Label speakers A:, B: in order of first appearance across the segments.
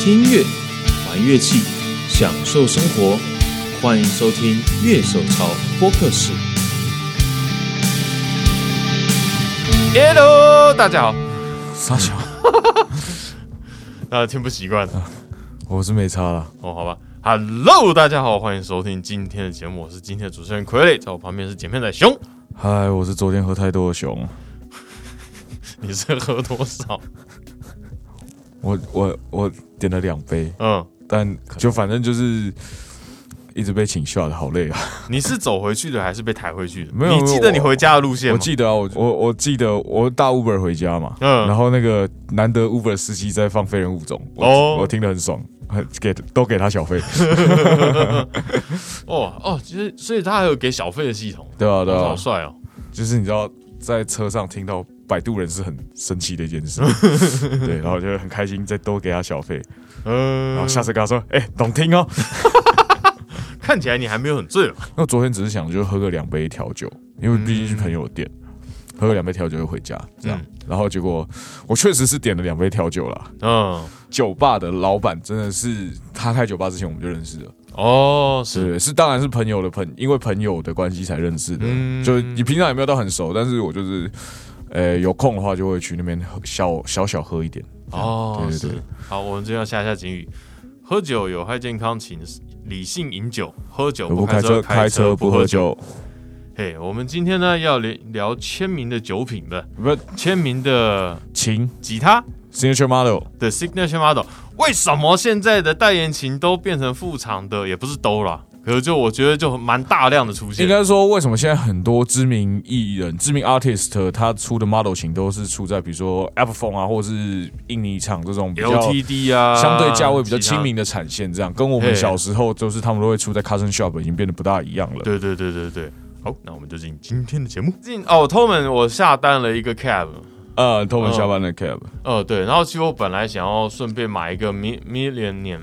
A: 听音乐、玩乐器、享受生活，欢迎收听《乐手潮播客室》。
B: Hello，大家好。
C: 傻小，
B: 大呃家听不习惯
C: 我是没差了。
B: 哦，好吧。Hello，大家好，欢迎收听今天的节目，我是今天的主持人傀儡，在我旁边是剪片仔熊。
C: 嗨，我是昨天喝太多的熊。
B: 你是喝多少？
C: 我我我点了两杯，
B: 嗯，
C: 但就反正就是一直被请笑的好累啊。
B: 你是走回去的还是被抬回去的？
C: 没有
B: 你记得你回家的路线
C: 我
B: 吗？
C: 记得啊，我我我记得我搭 Uber 回家嘛，
B: 嗯
C: 然后那个难得 Uber 司机在放《非人物种》，我、
B: 哦
C: 我听得很爽，很给都给他小费，
B: 哦哦，其实所以他还有给小费的系统，
C: 对啊对啊
B: 好，帅哦。
C: 就是你知道在车上听到。摆渡人是很神奇的一件事，对，然后就很开心，再多给他小费，
B: 嗯，
C: 然后下次跟他说：“哎、懂听哦。”
B: 看起来你还没有很醉嘛。
C: 那昨天只是想就喝个两杯调酒，因为毕竟是朋友的店，喝个两杯调酒就回家这样。然后结果我确实是点了两杯调酒啦。
B: 嗯，
C: 酒吧的老板真的是他开酒吧之前我们就认识了，
B: 哦，是，
C: 对，是当然是朋友的朋，因为朋友的关系才认识的。
B: 嗯
C: 就你平常也没有到很熟，但是我就是。呃，有空的话就会去那边喝小小小喝一点。
B: 哦，
C: 对对
B: 是
C: 对。
B: 好，我们就要下一下警语：喝酒有害健康，请理性饮酒；喝酒不开车，开车不喝酒。，嘿，哎我们今天呢要聊聊签名的酒品的，
C: 不
B: 签名的
C: 琴
B: 吉他
C: signature model
B: 的 signature model。为什么现在的代言琴都变成副厂的，也不是都啦，可是就我觉得就蛮大量的出现
C: 应。该说，为什么现在很多知名艺人、知名 artist 他出的 model 型都是出在比如说 Apple Phone 啊，或是印尼厂这种比较
B: LTD 啊，
C: 相对价位比较亲
B: 其
C: 民的产线，这样跟我们
B: 嘿
C: 小时候就是他们都会出在 Cousin Shop 已经变得不大一样
B: 他。
C: 了。
B: 对对对对对。好，那我们就进今天的节目。进哦，Tomon，我下单了一个 cab，
C: 呃，偷们
B: 嗯
C: 下班的 cab，
B: 呃，对，然后其实我本来想要顺便买一个 Mi Millennium，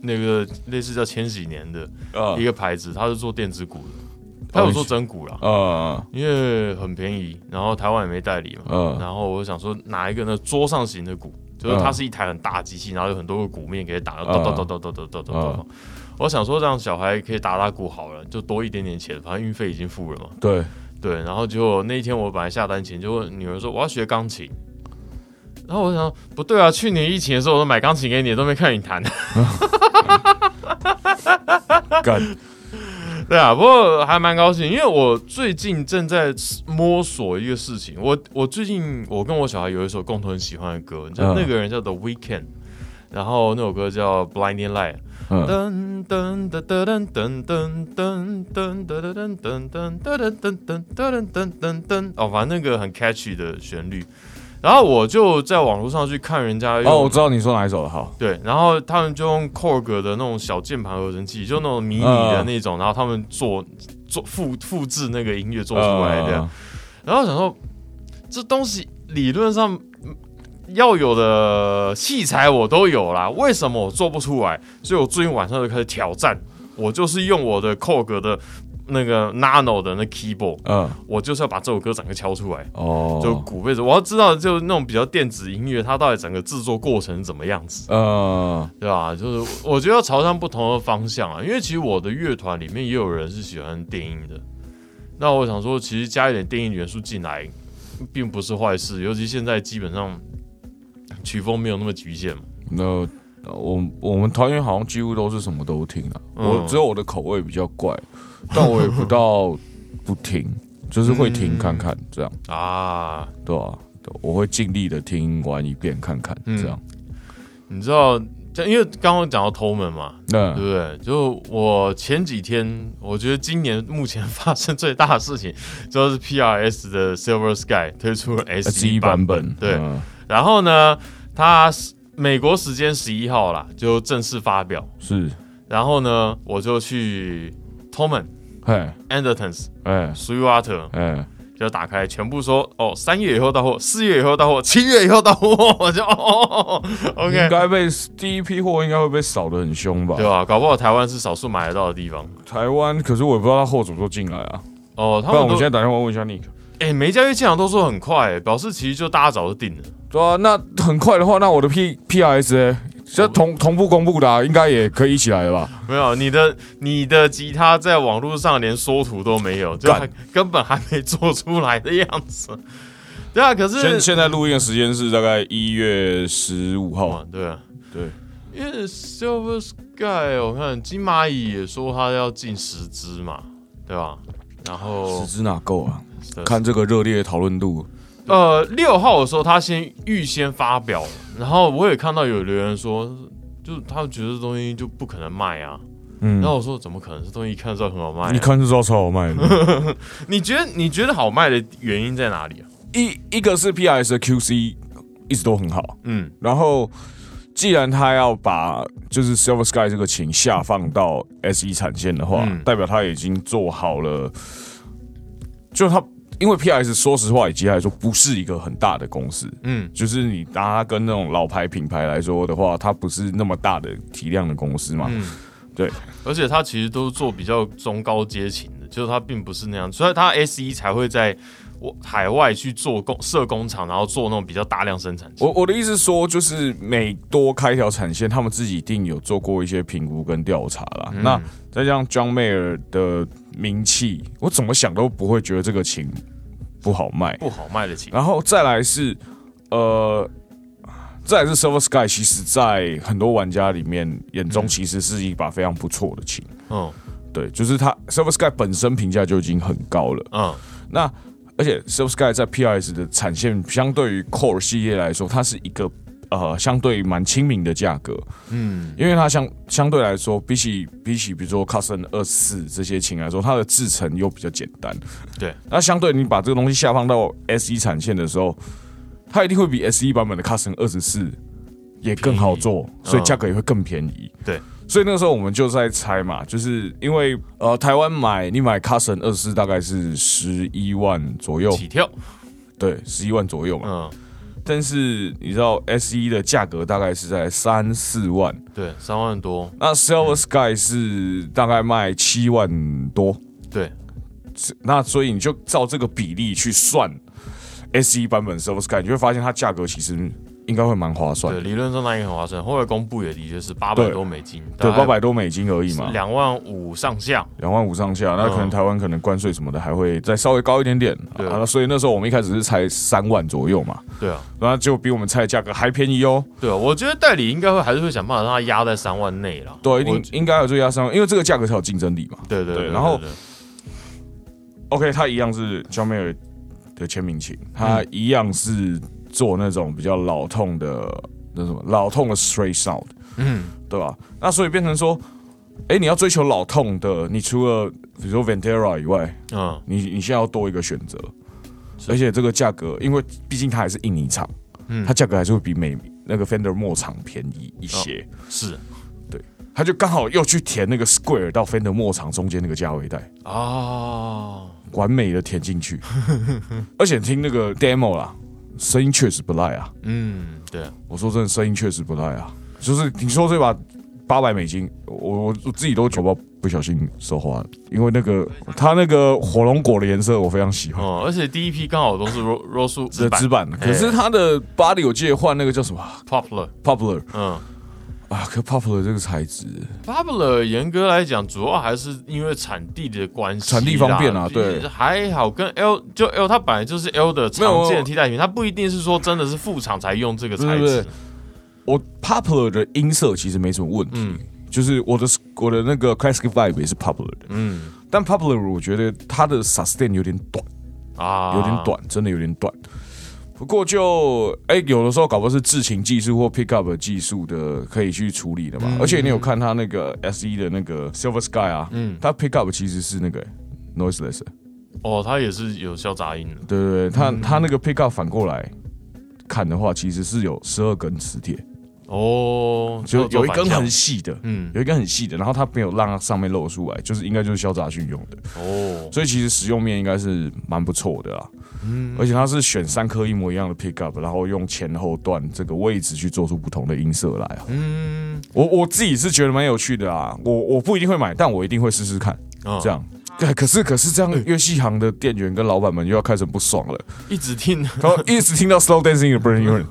B: 那个类似叫千禧年的
C: 呃
B: 一个牌子，它是做电子鼓的，它有做真鼓啦，
C: 呃
B: 因为很便宜，然后台湾也没代理嘛，
C: 嗯
B: 然后我想说拿一个那桌上型的鼓，就是它是一台很大的机器，然后有很多个鼓面给它打，咚咚咚咚咚咚咚咚咚。我想说让小孩可以打打鼓好了，就多一点点钱，反正运费已经付了嘛。
C: 对，
B: 对，然后结果那一天我本来下单前就问女儿说我要学钢琴，然后我想不对啊，去年疫情的时候我都买钢琴给你，都没看你弹。
C: 干
B: 对啊，不过还蛮高兴，因为我最近正在摸索一个事情。我我最近我跟我小孩有一首共同很喜欢的歌，就
C: 嗯
B: 那个人叫 The Weeknd，然后那首歌叫 Blinding Light。
C: 嗯，
B: 噔噔噔噔噔噔噔噔噔噔噔噔噔噔噔噔噔噔噔噔哦，反正那个很 catchy 的旋律。然后我就在网络上去看人家
C: 哦，我知道你说哪一首了，好，
B: 对，然后他们就用 Korg 的那种小键盘合成器，就那种迷你的那种，然后他们做做复复制那个音乐做出来的。
C: 呃
B: 然后想说，这东西理论上嗯要有的器材我都有啦，为什么我做不出来？所以我最近晚上就开始挑战，我就是用我的 Korg 的那个 Nano 的那 keyboard，
C: 嗯，
B: 我就是要把这首歌整个敲出来。
C: 哦，
B: 就鼓背着，我要知道，就那种比较电子音乐，它到底整个制作过程怎么样子。
C: 呃，
B: 对啊，就是我觉得要朝向不同的方向啊，因为其实我的乐团里面也有人是喜欢电音的，那我想说，其实加一点电音元素进来，并不是坏事，尤其现在基本上曲风没有那么局限嘛。
C: 那呃我我们团员好像几乎都是什么都听啊，
B: 嗯
C: 我只有我的口味比较怪，但我也不到不 听，就是会听看看这样，
B: 啊，
C: 对啊，对我会尽力的听完一遍看看
B: 嗯
C: 这样。
B: 你知道，这因为刚刚讲到偷门嘛，对
C: 那
B: 不对？就我前几天，我觉得今年目前发生最大的事情，就是 PRS 的 Silver Sky 推出了
C: S
B: SE
C: 一
B: 版
C: 版
B: 本
C: 本，，
B: 对。
C: 嗯
B: 然后呢，它是美国时间十一号啦，就正式发表。
C: 是，
B: 然后呢，我就去 Toman、
C: 哎
B: Andertons、
C: 哎
B: Sweetwater
C: 哎，
B: 就打开，全部说哦，三月以后到货，四月以后到货，七月以后到货，我就哦哦哦哦
C: 应
B: ，OK，
C: 该被第一批货应该会被扫得很凶吧
B: 对？啊吧、搞不好台湾是少数买得到的地方
C: 台湾，可是我也不知道他货怎么时候进来啊，
B: 哦。他
C: 不然我
B: 们
C: 们现在
B: 都
C: 打电话问一下 Nick。
B: 哎，每一家乐器行都说很快、表示其实就大家早就定了。
C: 对啊，那很快的话，那我的 P P R S 哎，这同同步公布的、啊，应该也可以一起来的吧？
B: 没有你的你的吉他在网络上连缩图都没有，就
C: 干
B: 还根本还没做出来的样子。对啊，可
C: 现
B: 是
C: 现在录音的时间是大概一月十五号
B: 哇，，对啊，
C: 嗯对，
B: 因为 Silver Sky，我看金蚂蚁也说他要进十支嘛，对吧？然后
C: 十支哪够啊？
B: 对
C: 看这个热烈的讨论度，
B: 呃，六号的时候他先预先发表了，然后我也看到有留言说，就是他们觉得这东西就不可能卖啊。
C: 嗯
B: 然，后我说怎么可能？这东西一看就知道很好卖、啊
C: 你，看就知道超好卖的。
B: 你觉得你觉得好卖的原因在哪里啊？
C: 一 一个是 PRS 的 QC 一直都很好，
B: 嗯
C: 然后既然他要把就是 Silver Sky 这个琴下放到 S 一产线的话，
B: 嗯
C: 代表他已经做好了，就他因为 PRS 说实话，以及来说不是一个很大的公司，
B: 嗯
C: 就是你拿它跟那种老牌品牌来说的话，它不是那么大的体量的公司嘛，
B: 嗯，
C: 对。
B: 而且它其实都是做比较中高阶型的，就是它并不是那样，所以它 S 一才会在我海外去做工设工厂，然后做那种比较大量生产。
C: 我我的意思是说，就是每多开一条产线，他们自己一定有做过一些评估跟调查啦。那再加上 John Mayer 的名气，我怎么想都不会觉得这个琴不好卖。
B: 不好卖得起，
C: 然后再来是，呃，再来是 Silver Sky，其实在很多玩家里面眼中，其实是一把非常不错的琴。
B: 嗯
C: 对，就是它 Silver Sky 本身评价就已经很高了。
B: 嗯
C: 那而且 Silver Sky 在 PRS 的产线，相对于 Core 系列来说，它是一个呃相对蛮亲民的价格，
B: 嗯
C: 因为它相相对来说，比起比起比如说 Custom 二四这些琴来说，它的制成又比较简单。
B: 对，
C: 那相对你把这个东西下放到 S 一产线的时候，它一定会比 S E 一版本的 Custom 二十四也更好做，所
B: 嗯
C: 以价格也会更便宜。
B: 对。
C: 所以那个时候我们就在猜嘛，就是因为呃，台湾买你买 Custom 二四大概是十一万左右，
B: 起跳，
C: 对，十一万左右嘛。
B: 嗯
C: 但是你知道 S E 一的价格大概是在三四万，
B: 对，三万多，
C: 那 Silver Sky 是大概卖七万多，
B: 对，
C: 那所以你就照这个比例去算 S 一版本 Silver Sky，你就会发现它价格其实应该会蛮划算
B: 对，
C: 的，
B: 理论上那应该很划算。后来公布也的确是八百
C: 对
B: 多美金，
C: 对，八百多美金而已嘛，
B: 两万五上下，
C: 两万五上下，那可能
B: 嗯
C: 台湾可能关税什么的还会再稍微高一点点，
B: 对
C: 啊，那所以那时候我们一开始是猜三万左右嘛，
B: 对啊，
C: 那就比我们猜的价格还便宜哦，
B: 对啊，我觉得代理应该会还是会想办法让它压在三万内啦。
C: 对，一
B: 我
C: 定应该有最压三万，因为这个价格才有竞争力嘛。
B: 对对
C: 对然后
B: 对对
C: OK，它一样是 John Mayer 的签名琴，它一样是做那种比较老痛的那什么老痛的 straight sound，
B: 嗯，
C: 对吧？那所以变成说，哎、你要追求老痛的，你除了比如说 Ventera 以外，
B: 嗯
C: 你你现在要多一个选择，
B: 是
C: 而且这个价格，因为毕竟它还是印尼厂，
B: 嗯
C: 它价格还是会比美那个 Fender 末厂便宜一些，
B: 是
C: 它就刚好又去填那个 Square 到 Fender 末厂中间那个价位带。
B: 啊，
C: 完美的填进 去，而且听那个 demo 啦，声音确实不赖啊。
B: 嗯，对啊，
C: 我说真的，声音确实不赖啊。就是你说这把八百美金，我我我自己都觉得不小心手滑了，因为那个它那个火龙果的颜色我非常喜欢，
B: 哦，而且第一批刚好都是 Ro Rosu
C: 这
B: 纸板哎
C: 纸板，可是它的 body 我记得换那个叫什么
B: Poplar，
C: popular
B: 嗯
C: 啊，可 popular 这个材质，
B: ，Poplar 严格来讲，主要还是因为产地的关系啦，
C: 产地方便啊对
B: 就是还好跟 L 就 L 它本来就是 L 的
C: 没有
B: 常
C: 我
B: 见的替代品，它不一定是说真的是副厂才用这个材
C: 对对
B: 质
C: 对，我 popular 的音色其实没什么问题，
B: 嗯
C: 就是我的我的那个 classic vibe 也是 popular 的，
B: 嗯
C: 但 popular 我觉得它的 sustain 有点短。
B: 啊，
C: 有点，短，真的有点短。不过就哎、有的时候搞不好是制琴技术或 pickup 的技术的可以去处理的
B: 嗯
C: 嘛。而且你有看他那个 S E 1的那个 Silver Sky 啊，嗯，他 pickup 其实是那个、noiseless，的
B: 哦，它也是有消杂音的，
C: 对对对，
B: 嗯
C: 他、他那个 pickup 反过来看的话，其实是有十二根磁铁，
B: 哦，
C: 就有一根很
B: 小
C: 细的，
B: 嗯
C: 有一根很细的，然后它没有让它上面露出来，就是应该就是消杂讯用的。
B: 哦，
C: 所以其实使用面应该是蛮不错的啦。嗯，而且它是选三颗一模一样的 pickup，然后用前后段这个位置去做出不同的音色来啊。
B: 嗯，
C: 我我自己是觉得蛮有趣的啊，我我不一定会买，但我一定会试试看。
B: 嗯
C: 这样，对，可是可是这样，乐器行的店员跟老板们又要开始不爽了，
B: 哦一直听
C: 然后一直听到 slow dancing 的 burn u n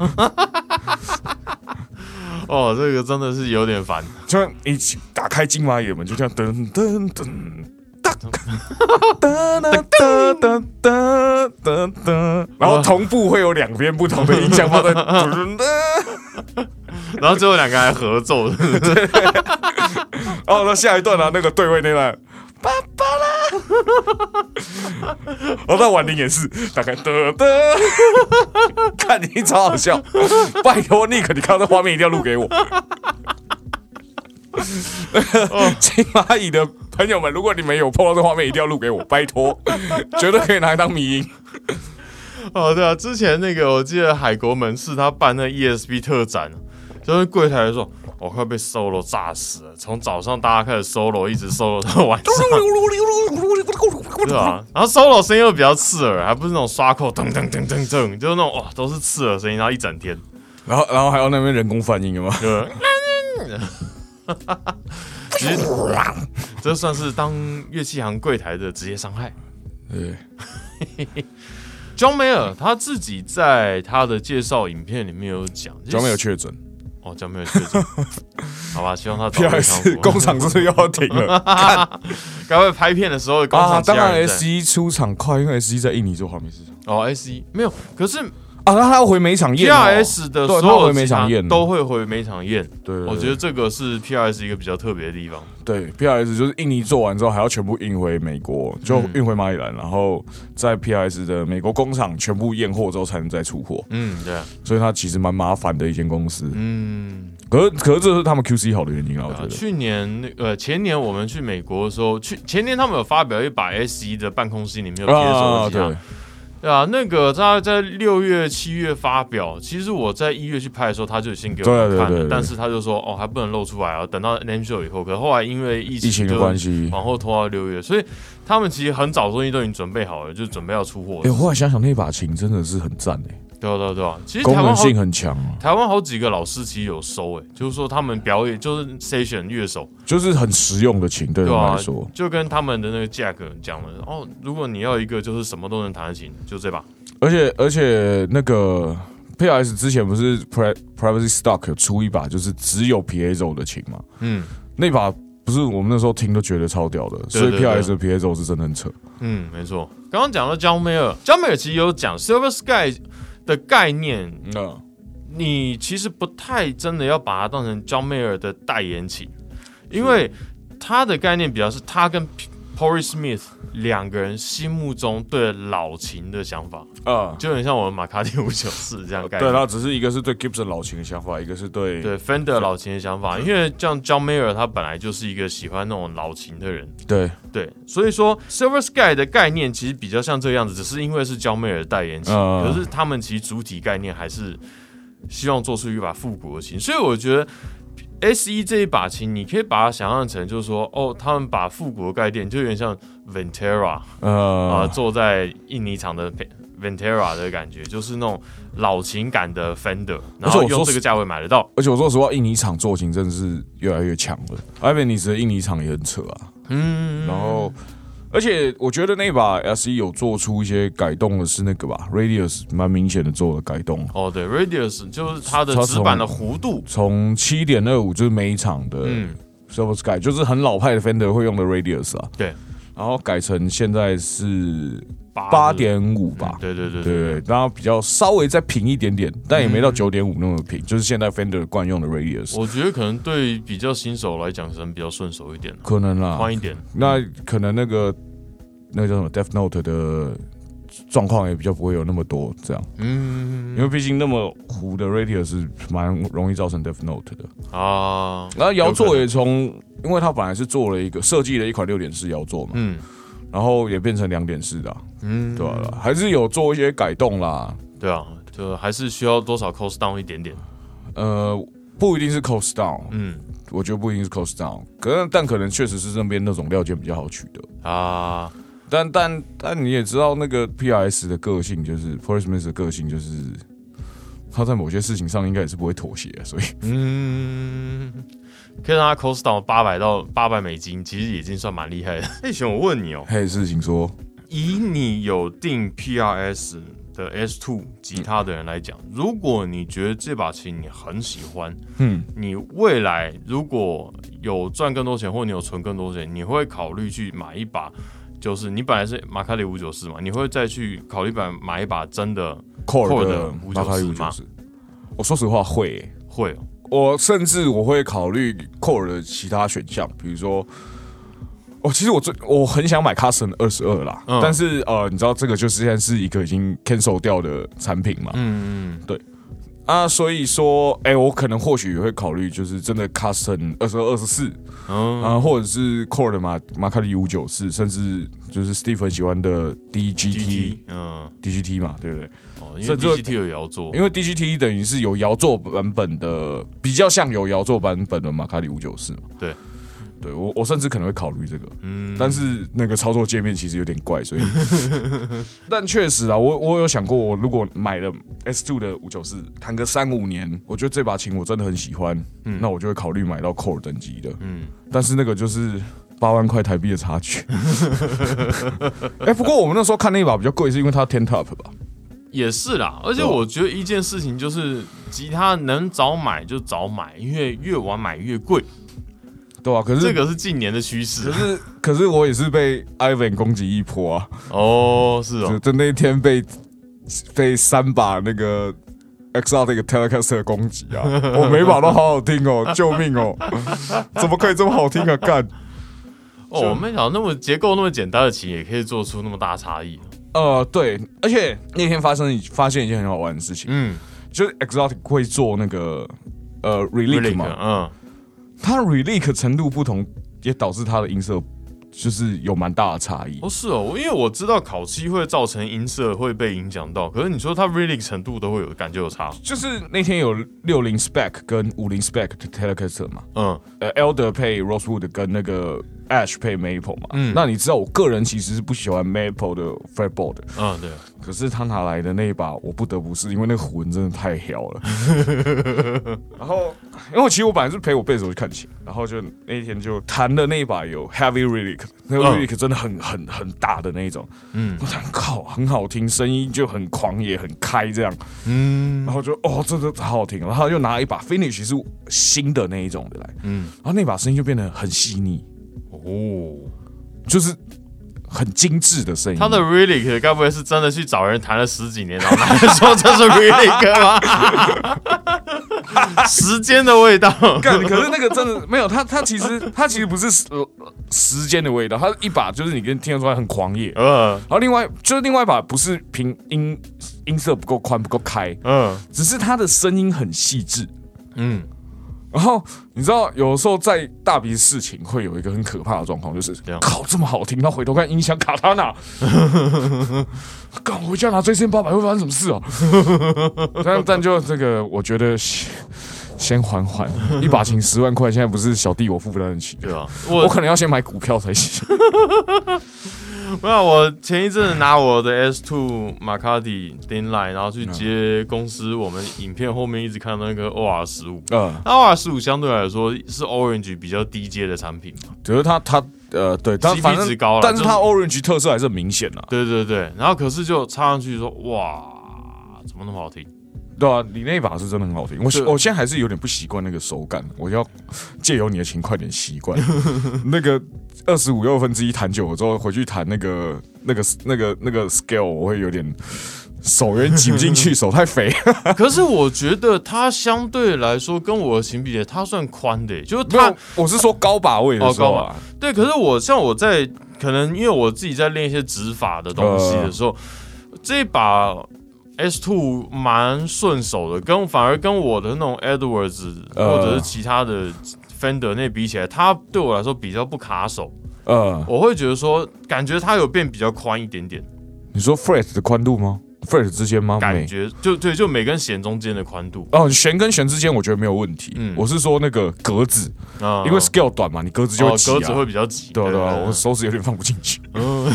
B: 哦，这个真的是有点烦。
C: 就像一起打开金马眼门，就这样噔噔噔。哒哒哒哒哒哒哒哒，然后同步会有两边不同的音响放在，噔噔
B: 然后最后两个还合奏，是不是
C: 哦，那下一段呢、那个对位那段，爸爸 啦。哦，那婉玲也是，大概的的，看你超好笑。拜托 n i 你看到这画面一定要录给我。金蚂蚁的朋友们，如果你们有碰到这画面，一定要录给我，拜托，绝对可以拿来当迷 音。
B: 哦，对啊，之前那个我记得海国门市他办那 ESB 特展，就是柜台就说，我、快被 solo 炸死了，从早上大家开始 solo，一直 solo 到晚上，对啊，然后 solo 声音又比较刺耳，还不是那种刷扣噔噔噔噔噔，就是那种哇都是刺耳声音，然后一整天，
C: 然后，然后还有那边人工翻译有吗？
B: 对。其实这算是当乐器行柜台的职业伤害。
C: 对，
B: John Mayer 他自己在他的介绍影片里面有讲
C: 专门有确诊。
B: 哦，John Mayer 确诊，好吧，希望他早
C: P
B: 日
C: R
B: 康
C: S
B: 复。
C: 工厂是不是又要停了？
B: 该不会拍片的时候工
C: 啊，
B: 厂
C: 当然
B: 其他人
C: S
B: 在
C: E 出场快，因为 S E 在印尼做画面市场
B: 哦 S 一没有，可是
C: 啊，那他要回每场
B: P
C: 验、
B: R S 的所
C: 对他
B: 有
C: 回每场验
B: 都会回每场验，
C: 对对对
B: 我觉得这个是 P R S 一个比较特别的地方。
C: 对 P R S 就是印尼做完之后还要全部运回美国，就运回马里兰，然后在 P R S 的美国工厂全部验货之后才能再出货，
B: 嗯，对啊，
C: 所以它其实蛮麻烦的一间公司。
B: 嗯，
C: 可是可是这是他们 Q C 好的原因啊，我
B: 对啊
C: 觉得。
B: 去年那呃前年我们去美国的时候，去前年他们有发表一把 S 一的半空心里面有贴手机啊
C: 对，
B: 对啊，那个他在六月、七月发表，其实我在一月去拍的时候，他就先给我
C: 对啊
B: 们
C: 对
B: 看了，
C: 对对
B: 但是他就说哦还不能露出来啊，等到 name show 以后，可是后来因为疫情
C: 疫情的
B: 就
C: 关系。
B: 往后拖到六月，所以他们其实很早的东西都已经准备好了，就准备要出货
C: 哎，
B: 了。
C: 后来想想那把琴真的是很赞哎，
B: 对啊对啊对啊，其实
C: 功
B: 台湾
C: 能
B: 好
C: 性很强啊，
B: 台湾好几个老师其实有收哎、就是说他们表演就是 session 乐手，
C: 就是很实用的琴，对
B: 对
C: 我
B: 啊
C: 来说，
B: 就跟他们的那个价格讲了哦，如果你要一个就是什么都能弹得琴，就这把。
C: 而且而且那个 P R S 之前不是 Pri Privacy Stock 有出一把就是只有 Piezo 的琴嘛，
B: 嗯
C: 那把不是我们那时候听都觉得超屌的，所以
B: 对对
C: P R S 的 P S O 是真的很扯。
B: 嗯，没错。刚刚讲到 John Mayer，John Mayer 其实有讲 Silver Sky 的概念，
C: 嗯，
B: 你其实不太真的要把它当成 John Mayer 的代言起，因为他的概念比较是他跟 Pori Smith 两个人心目中对老琴的想法，
C: 啊，
B: 就很像我们马卡蒂五九四这样的概
C: 哦对，
B: 念。
C: 他只是一个是对 Gibson 老琴的想法，一个是对
B: 对 Fender 老琴的想法，因为像 John Mayer 他本来就是一个喜欢那种老琴的人，
C: 对，
B: 对，所以说 Silver Sky 的概念其实比较像这样子，只是因为是焦妹尔代言琴，
C: 嗯
B: 可是他们其实主体概念还是希望做出一把复古的琴，所以我觉得 S E 一这一把琴，你可以把它想象成就是说，哦，他们把复古的概念就有点像 Ventera 啊、
C: 呃，
B: 坐在印尼厂的 Ventera 的感觉，就是那种老琴感的 Fender，然后
C: 我说
B: 用这
C: 实
B: 个价位买得到。
C: 而且我说实话，印尼厂做琴真的是越来越强了。艾文，你的印尼厂也很扯啊。嗯，然后，而且我觉得那把 S E 有做出一些改动的是那个吧，Radius 蛮明显的做了改动，
B: 哦，对，Radius 就是它的
C: 它
B: 指板的
C: 从
B: 弧度，
C: 从七点二五就是每一场的
B: 嗯
C: Silver Sky，就是很老派的 Fender 会用的 Radius 啊。
B: 对，
C: 然后改成现在是
B: 八
C: 八
B: 是
C: 点五吧。
B: 嗯对对对嗯
C: 对对，然后比较稍微再平一点点，但也没到九点五那么平，就是现在 Fender 惯用的 Radius，
B: 我觉得可能对比较新手来讲，可能比较顺手一点、啊，
C: 可能啦
B: 宽。一点。
C: 那可能那个那个叫什么 Death Note 的状况也比较不会有那么多这样，
B: 嗯
C: 因为毕竟那么糊的 Radius 是蛮容易造成 Death Note 的。
B: 啊，
C: 然后摇
B: 有可
C: 座
B: 能
C: 也从，因为它本来是做了一个设计了一款六点式摇座嘛，
B: 嗯
C: 然后也变成两点式的啊、
B: 嗯，
C: 对啊，还是有做一些改动啦。
B: 对啊，就还是需要多少 cost down 一点点。
C: 呃，不一定是 cost down，
B: 嗯
C: 我觉得不一定是 cost down，可能但可能确实是那边那种料件比较好取得。
B: 啊，
C: 但但但你也知道，那个 P R S 的个性就是 p o r i s m i t h 的个性就是，他在某些事情上应该也是不会妥协，啊所以
B: 嗯，可以让他 cost down 八百到八百美金，其实已经算蛮厉害的。那以前我问你哦，
C: 嘿，事情说，
B: 以你有定 PRS 的 S Two 吉他的人来讲，如果你觉得这把琴你很喜欢，
C: 嗯，
B: 你未来如果有赚更多钱，或你有存更多钱，你会考虑去买一把，就是你本来是马卡里五九四嘛，你会再去考虑买买一把真的
C: Core
B: Core
C: 的
B: 的
C: 马卡五
B: 594
C: 九
B: 吗
C: 四，我说实话会欸，
B: 会哦
C: 我甚至我会考虑 Core 的其他选项，比如说。哦，其实我最我很想买 Custom 二十二啦，
B: 嗯
C: 但是呃，你知道这个就是现在是一个已经 cancel 掉的产品嘛，
B: 嗯嗯
C: 啊，所以说，哎、我可能或许也会考虑，就是真的 custom 二十二、二十四
B: 嗯
C: 啊，或者是 core 的马马卡里五九四，甚至就是 Steve 很喜欢的 DGT
B: ，GT 嗯
C: DGT 嘛，对不对？
B: 哦，因为
C: 甚至
B: DCT 有也要做，
C: 因为 DGT E 等于是有摇座版本的，比较像有摇座版本的马卡里五九四嘛。
B: 对，
C: 对我我甚至可能会考虑这个，
B: 嗯，
C: 但是那个操作界面其实有点怪， 所以， 但确实啊，我我有想过，我如果买了 S two 的五九四，弹个三五年，我觉得这把琴我真的很喜欢，那我就会考虑买到 Core 等级的，
B: 嗯
C: 但是那个就是。八万块台币的差 距，哎、不过我们那时候看那一把比较贵，是因为它 ten top 吧？
B: 也是啦。而且
C: 对啊
B: 我觉得一件事情就是，吉他能早买就早买，因为越晚买越贵，
C: 对啊，可是
B: 这个是近年的趋势
C: 可是可是我也是被 Ivan 攻击一波啊！
B: 哦，是
C: 就
B: 哦，
C: 就那一天被被三把那个 Exotic Telecaster 攻击啊！我每把都好好听 哦，救命哦！怎么可以这么好听啊？干！
B: 哦，我没想到那么结构那么简单的琴也可以做出那么大差异。
C: 呃，对，而且那天发生发现一件很好玩的事情，
B: 嗯
C: 就是 Exotic 会做那个呃 relic
B: ，Relic，
C: 嘛，
B: 嗯，
C: 它 relic 程度不同，也导致它的音色就是有蛮大的差异
B: 哦。是哦，因为我知道烤漆会造成音色会被影响到，可是你说它 Relic 程度都会有感觉有差，
C: 就是那天有六零 spec 跟五零 spec 的 Telecaster 嘛，
B: 嗯
C: 呃，Elder 配 Rosewood 跟那个 Ash 配 Maple 嘛。
B: 嗯
C: 那你知道我个人其实是不喜欢 Maple 的 Fretboard，的
B: 嗯，对，
C: 可是他拿来的那一把，我不得不是因为那个魂真的太屌了。 然后，因为其实我本来是陪我贝斯手去看琴，然后就那一天就弹的那一把有 Heavy Relic，那个
B: 嗯
C: Relic 真的很很很大的那一种，
B: 嗯
C: 我想靠，很好听，声音就很狂野很开这样。
B: 嗯
C: 然后就哦，这这好好听，然后又拿一把 finish 是新的那一种的来，
B: 嗯，
C: 然后那把声音就变得很细腻，
B: 哦，
C: 就是很精致的声音。
B: 他的 Relic 该不会是真的去找人谈了十几年，然后拿来说这是 Relic 吗？时间的味道，
C: 干， 可是那个真的没有，它它其实它其实不是时时间的味道，它是一把就是你跟听得出来很狂野，然
B: 呃
C: 后另外就是另外一把不是平音音色不够宽不够开，
B: 嗯
C: 只是它的声音很细致。
B: 嗯，
C: 然后你知道，有时候在大鼻事情会有一个很可怕的状况，就是
B: 样
C: 靠这么好听，然后回头看音响卡他哪， 干我回家拿最新八百会发生什么事啊？ 但但就这个，我觉得先先缓缓，一把琴十万块，现在不是小弟我负担得起，
B: 对啊，
C: 我
B: 我
C: 可能要先买股票才 行。
B: 没有，啊我前一阵子拿我的 S Two 马卡迪 d i n l i n e 然后去接公司我们影片后面一直看到那个 OR 十五，
C: 嗯，
B: 那 OR 十五相对来说是 Orange 比较低阶的产品嘛，
C: 只是他他呃，对，但
B: CP
C: 反正
B: 值高啦
C: 但是
B: 就是
C: 他 Orange 特色还是很明显啊。
B: 对对对，然后可是就插上去说哇，怎么那么好听？
C: 对啊，你那一把是真的很好听，我
B: 对
C: 我现在还是有点不习惯那个手感，我要借由你的琴快点习惯。 那个二十五六分之一弹久了之后，回去弹那个那个那个那个 scale，我会有点手有点挤不进去，手太 肥。
B: 可是我觉得它相对来说跟我的琴比起来，它算宽的、欸就是
C: 没有
B: 它，
C: 我是说高把位的时候啊，
B: 对。可是我像我在可能因为我自己在练一些指法的东西
C: 嗯
B: 的时候，这一把 S Two 蛮顺手的，跟反而跟我的那种 Edwards
C: 呃
B: 或者是其他的 Fender 那比起来，它对我来说比较不卡手，
C: 呃，
B: 我会觉得说感觉它有变比较宽一点点，
C: 你说 fret 的宽度吗？fret 之间吗？
B: 感
C: 没
B: 觉就对，就每根弦中间的宽度，
C: 哦，弦跟弦之间我觉得没有问题。
B: 嗯
C: 我是说那个格子，
B: 嗯
C: 因为 scale 短嘛，你格子就
B: 哦
C: 会挤啊。
B: 格子会比较挤，
C: 对啊对啊，我手指有点放不进去，
B: 嗯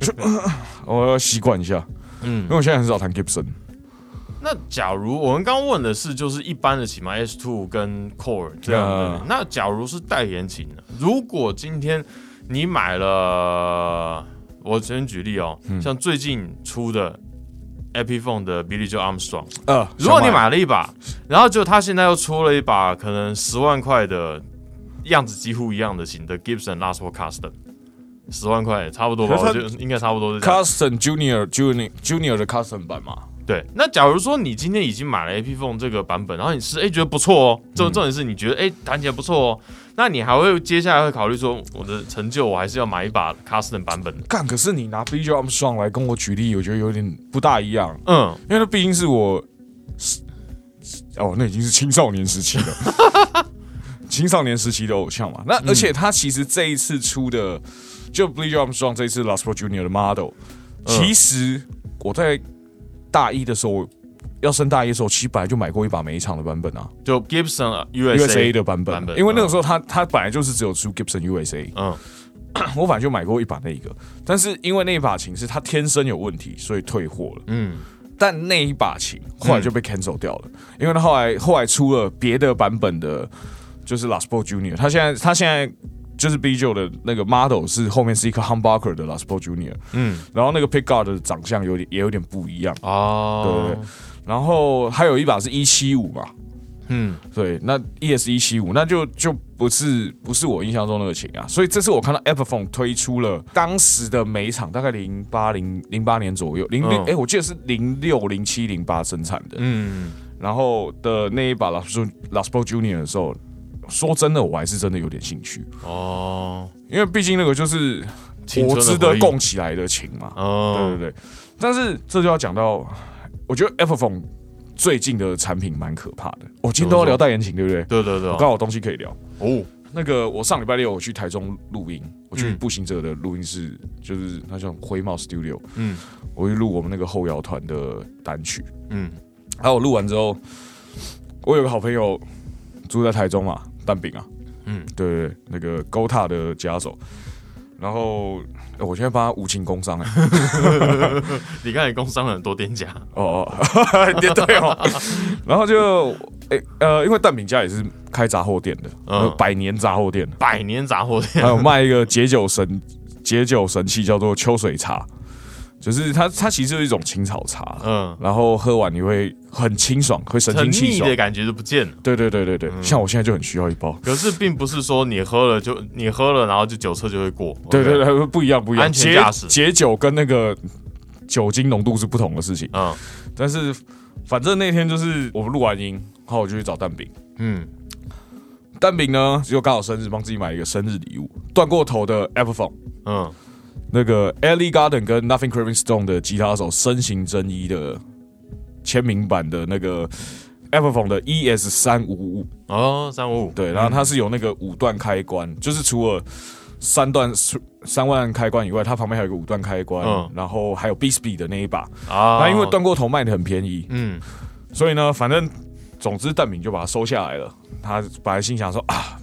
C: 就我要 习惯一下，
B: 嗯
C: 因。为我现在很少弹 Gibson。
B: 那假如我们刚刚问的是就是一般的琴嘛，S Two 跟 Core 这样的
C: 啊，
B: 那假如是代言琴呢？如果今天
C: 嗯
B: 你买了，我先举例哦，像最近出的 Epiphone 的 Billy Joe Armstrong。
C: 呃，
B: 如果你
C: 想
B: 买了一把，然后就他现在又出了一把可能十万块的样子几乎一样的型的 Gibson l a s t o Custom，十万块差不多吧，
C: 可
B: 我
C: 是
B: 觉得应该差不多是这样。
C: Custom Junior Junior Junior 的 Custom 版嘛，
B: 对，那假如说你今天已经买了 A P Phone 这个版本，然后你试，哎、觉得不错哦，
C: 嗯
B: 重重点是你觉得哎弹起来不错哦，那你还会接下来会考虑说我的成就我还是要买一把 Custom 版本的，
C: 干，可是你拿 B J Armstrong 来跟我举例，我觉得有点不大一样，
B: 嗯，
C: 因为那毕竟是我，哦，那已经是青少年时期了， 青少年时期的偶像嘛。
B: 嗯
C: 那而且他其实这一次出的，就 b l e e d Armstrong 这一次 Last Pro Junior 的 Model，、其
B: 嗯
C: 实我在大一的时候。要升大一的时候，其实本来就买过一把每一场的版本啊
B: 就 Gibson
C: ，USA
B: USA
C: 的版本，啊
B: 版本
C: 因为那个
B: 嗯
C: 时候他他本来就是只有出 Gibson USA，
B: 嗯
C: 我反正就买过一把那一个，但是因为那一把琴是它天生有问题，所以退货了。
B: 嗯，
C: 但那一把琴后来就被 cancel 掉了，因为它后来后来出了别的版本的，就是 Last Ball Junior。它现在它现在就是 B 九的那个 model 是后面是一颗 Humbucker 的 Last Ball Junior，
B: 嗯
C: 嗯，然后那个 Pickguard 的长相有点也有点不一样，
B: 哦，
C: 对对对然后还有一把是一七五嘛，
B: 嗯，
C: 对，那 ES 一七五，那就就不是不是我印象中那个琴啊，所以这次我看到 Epiphone 推出了当时的每一场大概零八零零八年左右，零六
B: 嗯
C: 哎，我记得是零六零七零八生产的，
B: 嗯，
C: 然后的那一把 Las Las p o Junior 的时候，说真的，我还是真的有点兴趣，
B: 哦，
C: 因为毕竟那个就是
B: 青
C: 我
B: 春的
C: 值得
B: 回忆
C: 供起来的琴嘛，对
B: 哦，
C: 对对。但是这就要讲到，我觉得 Epiphone 最近的产品蛮可怕的，我今天都要聊代言琴，对不对？
B: 对对对
C: 我刚好有东西可以聊。
B: 哦，
C: 那个我上礼拜六我去台中录音，我去
B: 嗯
C: 步行者的录音室，就是那叫灰帽 Studio，
B: 嗯
C: 我去录我们那个后摇团的单曲。
B: 嗯，
C: 然后我录完之后，我有个好朋友住在台中嘛，蛋饼啊，
B: 嗯
C: 嗯，对对对，那个 GoTA 的家手。然后呃我现在帮他无情工伤哎、
B: 你看你工伤了很多店家，
C: 哦哦， 也对哦。然后就哎、呃，因为蛋饼家也是开杂货店的，
B: 嗯
C: 呃百年杂货店，
B: 百年杂货 店
C: 还有卖一个解酒神解酒神器，叫做秋水茶，就是它它其实就是一种青草茶，
B: 嗯，
C: 然后喝完你会很清爽，会神
B: 很
C: 清气
B: 腻
C: 爽
B: 的。嗯感觉就不见了。
C: 对对对对对，像我现在就很需要一包。
B: 可是并不是说你喝了就你喝了，然后就酒测就会过。
C: 对
B: OK
C: 对，对，不一样不一样，
B: 安全
C: 解
B: 驾驶
C: 解酒跟那个酒精浓度是不同的事情。
B: 嗯
C: 但是反正那天就是我们录完音，然后我就去找蛋饼。
B: 嗯
C: 蛋饼呢，就刚好生日，帮自己买一个生日礼物，断过头的 Apple Phone。
B: 嗯，
C: 那个 Ellie Garden 跟 Nothing c r a v i n Stone 的吉他手身形真一的签名版的那个 Apple Phone 的 ES 三五五，
B: 哦，三五五，
C: 对，然后它是有那个五段开关，就是除了三段三万开关以外，它旁边还有一个五段开关，
B: 嗯
C: 然后还有 b i s b y 的那一把，
B: 啊，
C: 那因为断过头卖的很便宜，
B: 嗯
C: 所以呢，反正总之蛋饼就把它收下来了。他本来心想说啊，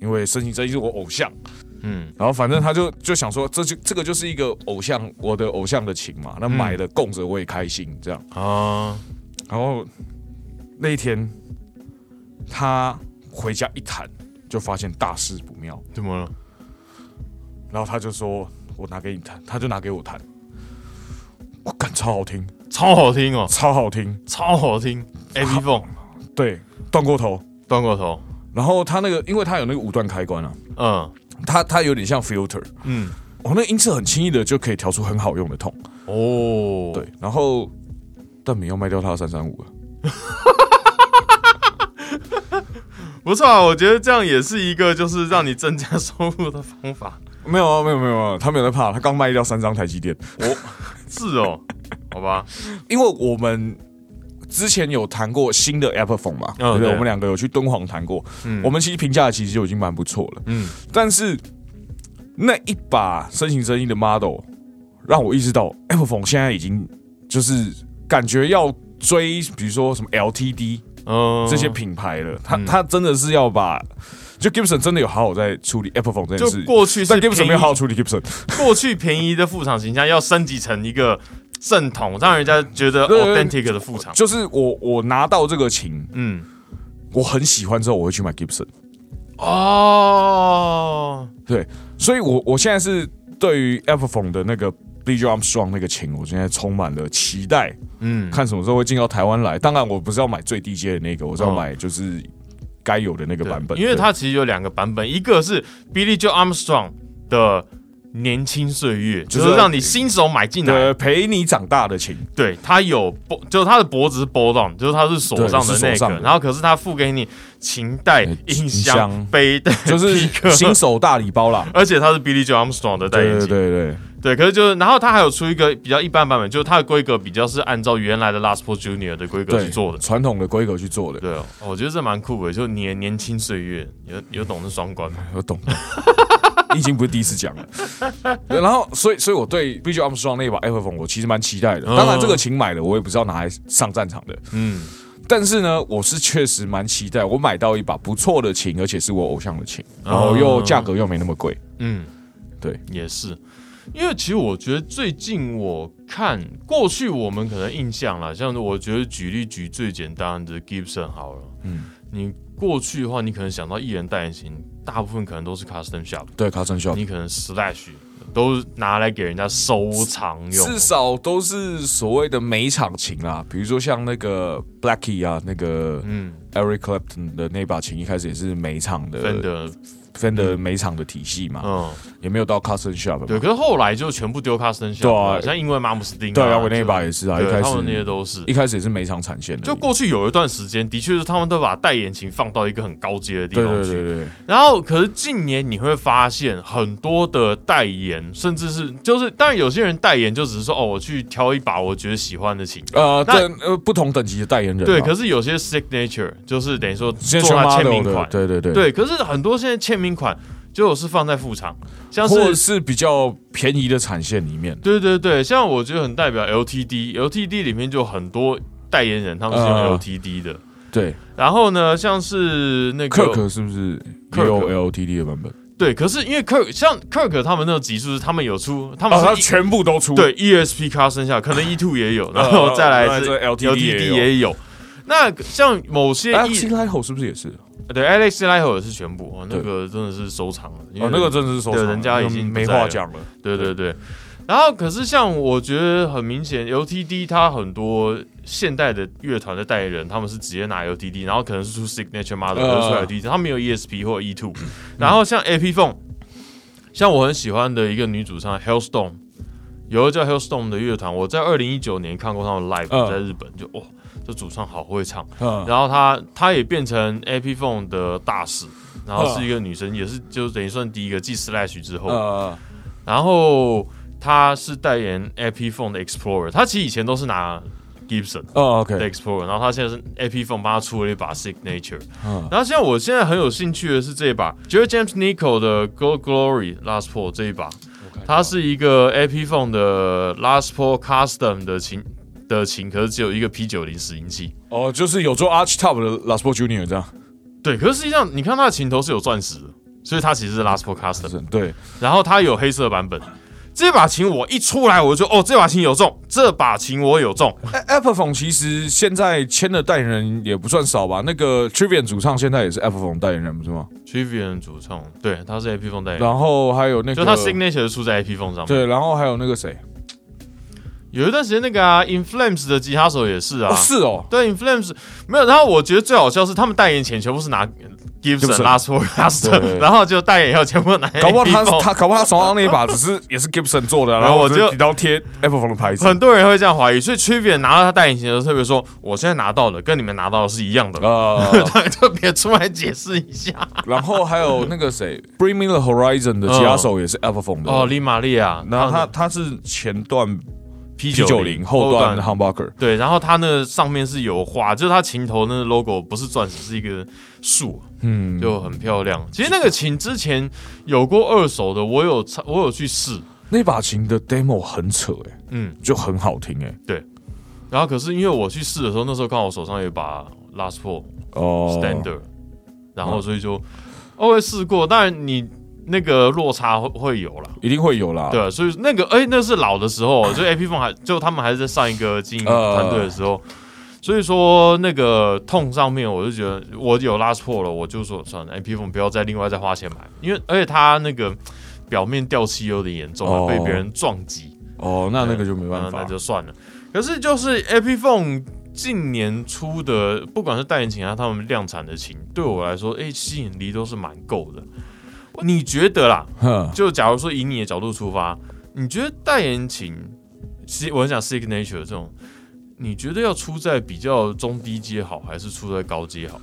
C: 因为身形真一是我偶像。
B: 嗯
C: 然后反正他就就想说，这就这个就是一个偶像，我的偶像的情嘛。那买了供着我也开心，这样。
B: 啊
C: 然后那一天，他回家一弹，就发现大事不妙。
B: 怎么了？
C: 然后他就说：“我拿给你弹。”他就拿给我弹，我感超好听，
B: 超好听哦，
C: 超好听。
B: 超好听！A P Phone
C: 对，断过头。
B: 断过头，
C: 然后他那个，因为他有那个五段开关啊，
B: 嗯
C: 他他有点像 filter，
B: 嗯，
C: 哦，那个音色很轻易的就可以调出很好用的痛。
B: 哦，
C: 对，然后但没要卖掉他的三三五啊了。
B: 不错啊，我觉得这样也是一个就是让你增加收入的方法。
C: 没有啊，没有没有没有，他没有在怕，他刚卖掉三张台积电，
B: 是哦，好吧，
C: 因为我们之前有谈过新的 Apple Phone 嘛，对
B: 嗯
C: 不
B: 对
C: 对？我们两个有去敦煌谈过，
B: 嗯
C: 我们其实评价其实就已经蛮不错了，
B: 嗯
C: 但是那一把身形真意的 model 让我意识到 Apple Phone 现在已经就是感觉要追，比如说什么 LTD
B: 嗯，
C: 这些品牌了，他他真的是要把。就 Gibson 真的有好好在处理 Apple Phone 这件
B: 就
C: 事，
B: 过去是
C: 但
B: 便
C: Gibson
B: 宜
C: 没有好好处理 Gibson，
B: 过去便宜的副厂形象要升级成一个正统，让人家觉得
C: 对对
B: authentic 的副厂。
C: 就是我我拿到这个琴，
B: 嗯，
C: 我很喜欢之后，我会去买 Gibson。
B: 哦，
C: 对，所以我我现在是对于 Apple Phone 的那个 Lee j o Armstrong 那个琴，我现在充满了期待，
B: 嗯，
C: 看什么时候会进到台湾来。当然，我不是要买最低阶的那个，我是要
B: 嗯
C: 买就是该有的那个
B: 对
C: 版本，
B: 因为
C: 对
B: 它其实有两个版本，一个是 Billy Joe Armstrong 的年轻岁月，
C: 就
B: 就是是让你新手买进来，
C: 呃陪你长大的琴，
B: 对，它有 bo，就是它的脖子是 b o l o n 就是它是锁
C: 对
B: 上的那
C: 是锁上
B: 个
C: 的，哎
B: 然后可是它附给你琴带、音
C: 音
B: 箱
C: 箱、
B: 背带，
C: 就是
B: 皮克。
C: 新手大礼包啦
B: 而且它是 Billy Joe Armstrong 的代
C: 对
B: 言
C: 对
B: 机，
C: 对对，
B: 对，可是就是，然后它还有出一个比较一般版本，就是它的规格比较是按照原来的 Last Paul Junior 的规格
C: 对
B: 去做的。
C: 传统的规格去做的，
B: 对哦，我觉得这蛮酷的，就你的年轻岁月，有有懂这双关吗？
C: 我懂了。你已经不是第一次讲了，对然后所以所以我对 B J Armstrong 那把 Apple Phone 我其实蛮期待的。
B: 嗯
C: 当然这个琴买了，我也不是要拿来上战场的，
B: 嗯，
C: 但是呢，我是确实蛮期待我买到一把不错的琴，而且是我偶像的琴，
B: 啊
C: 然后又价格又没那么贵。
B: 嗯，
C: 对，
B: 也是，因为其实我觉得最近我看过去我们可能印象啦，像我觉得举例举最简单的 Gibson 好了，嗯
C: 嗯，
B: 你过去的话，你可能想到艺人代言型，大部分可能都是 custom shop，
C: 对，卡森秀
B: 你可能 slash 都拿来给人家收藏用，
C: 至少都是所谓的美场琴啦，比如说像那个 Blackie 啊，那个
B: 嗯
C: Eric Clapton 的那把琴，一开始也是美场的
B: Fender，
C: Fender 美场的体系嘛，
B: 嗯，
C: 也没有到 Custom Shop 嘛。
B: 对，可是后来就全部丢 custom shop，
C: 对啊
B: 了像英文马姆斯丁、啊，
C: 对啊，我那一把也是啊，一
B: 对，
C: 开
B: 他们那些
C: 始
B: 都是
C: 一。开始也是美场产线的，
B: 就过去有一段时间，的确是他们都把代言琴放到一个很高阶的地
C: 对
B: 方去。
C: 对对对对，
B: 然后，可是近年你会发现很多的代言，甚至是就是，当然有些人代言就只是说哦，我去挑一把我觉得喜欢的琴。
C: 呃，
B: 那
C: 对呃不同等级的代言人啊嘛，
B: 对，可是有些 signature 就是等于说
C: 现
B: 做
C: 在全
B: 他签
C: model
B: 名
C: 的
B: 款，，
C: 对对对，
B: 对，可是很多现在签名款就是放在副厂，像
C: 或者
B: 是
C: 是比较便宜的产线里面。
B: 对对对，像我觉得很代表 LTD，LTD 里面就有很多代言人他们是用
C: 呃
B: LTD 的。
C: 对
B: 然后呢，像是那个
C: ，Kirk 是不是
B: Kirk
C: 也有 LTD 的版本？
B: 对，可是因为 Kirk 像 Kirk 他们那个集数，他们有出，他们
C: 哦，
B: 是
C: 它
B: 一
C: 全部都出。
B: 对 ESP 卡剩下，可能 E two 也有，然后再来是 E
C: 呃呃这 LTD 也有哎
B: 也有。那像某些
C: ，X
B: E
C: Liho 是不是也是？哦，
B: 对 Alex l i h o 也是全部，哦那
C: 对哦
B: 个真的是收藏了，因为
C: 那个真的是收藏了，
B: 对人家已经不
C: 没
B: 在
C: 话讲了。
B: 对对对。然后可是像我觉得很明显，LTD 它很多现代的乐团的代言人，他们是直接拿 LTD，然后可能是出 signature model，
C: 呃
B: 可是出 LTD，他们有 ESP 或 E two，然后像 AP Phone，像我很喜欢的一个女主唱 Hellstone，有一个叫 Hellstone 的乐团，我在二零一九年看过他们 live，、
C: 嗯
B: 在日本就哇、这主唱好会唱，
C: 嗯，
B: 然后她她也变成 AP Phone 的大使，然后是一个女生，也是就等于算第一个继 Slash 之后，
C: 呃，
B: 然后他是代言 AP Phone 的 Explorer，他其实以前都是拿 Gibson
C: 哦
B: 的
C: ，OK，
B: Explorer，然后他现在是 AP Phone 帮他出了一把 Signature，
C: 嗯
B: 然后现在我现在很有兴趣的是这一把 j e r James Nico 的 Go Glory Last Paul 这一把，它是一个 AP Phone 的 Last Paul Custom 的琴的琴，可是只有一个 P 九零拾音器。
C: 哦，就是有做 Arch Top 的 Last Paul Junior 这样，
B: 对，可是实际上你看它的琴头是有钻石的，所以它其实是 Last Paul Custom。
C: 是对，
B: 然后它有黑色版本。这把琴我一出来我就哦，这把琴有中，这把琴我有中。
C: a p p l e p h o n e 其实现在签的代言人也不算少吧？那个 Trivian 主唱现在也是 a p p l e p h o n e 代言人，不是吗？
B: Trivian 主唱，对，他是 AP 风代言人，
C: 然后还有那
B: 就
C: 个，
B: 他 signature 出在 AP 风上面。
C: 对，然后还有那个谁？
B: 有一段时间那个啊，In Flames 的吉他手也是啊，
C: 哦，是哦，
B: 对，In Flames 没有。然后我觉得最好笑是他们代言前全部是拿 Gibson、
C: Gibson
B: Last Four、Custom，
C: 对
B: 然后就代言以哎后全部拿 AP
C: 搞不好他
B: 风。
C: 他搞不好他手上那一把只是也是 Gibson 做 的啊，
B: 然
C: 然
B: 后
C: 后我
B: 我就
C: 就比较贴 Apple Phone 的牌子。
B: 很多人会这样怀疑，所以 Trivian 拿到他代言前的时候特别说，我现在拿到的跟你们拿到的是一样的，
C: 呃，
B: 特别出来解释一下。
C: 然后还有那个谁，Bring Me the Horizon 的吉他手也是 Apple Phone 的啊
B: 哦，。利玛利亚，
C: 然后
B: 他
C: 他他是前段
B: P
C: P 九零，后段 Humbucker。
B: 对，然后它那个上面是有花，就是它琴头那个 logo 不是钻石，是一个树，
C: 嗯，
B: 就很漂亮。其实那个琴之前有过二手的，我有插我有去试，
C: 那把琴的 demo 很扯哎、
B: 嗯，
C: 就很好听哎、
B: 然后可是因为我去试的时候，那时候刚好手上有一把 Last Four
C: 哦嗯
B: Standard，、然后所以就哦我会试过，当然你那个落差会会有啦。
C: 一定会有啦。
B: 对，所以那个哎、那是老的时候，就 A P 凤还就他们还是在上一个经营团队的时候，所以说那个痛上面，我就觉得我有拉错了，我就说算了，A P 凤不要再另外再花钱买，因为而且它那个表面掉漆有点严重，啊
C: 哦
B: 还被别人撞击，
C: 哦，那那个就没办
B: 啊那
C: 法
B: 那。就算了。可是就是 Epiphone 近年出的，不管是代言琴还是他们量产的琴，对我来说，哎、吸引力都是蛮够的。你觉得啦？
C: 哼，
B: 就假如说以你的角度出发，你觉得代言琴，其我很想 signature 这种，你觉得要出在比较中低阶好，还是出在高阶好？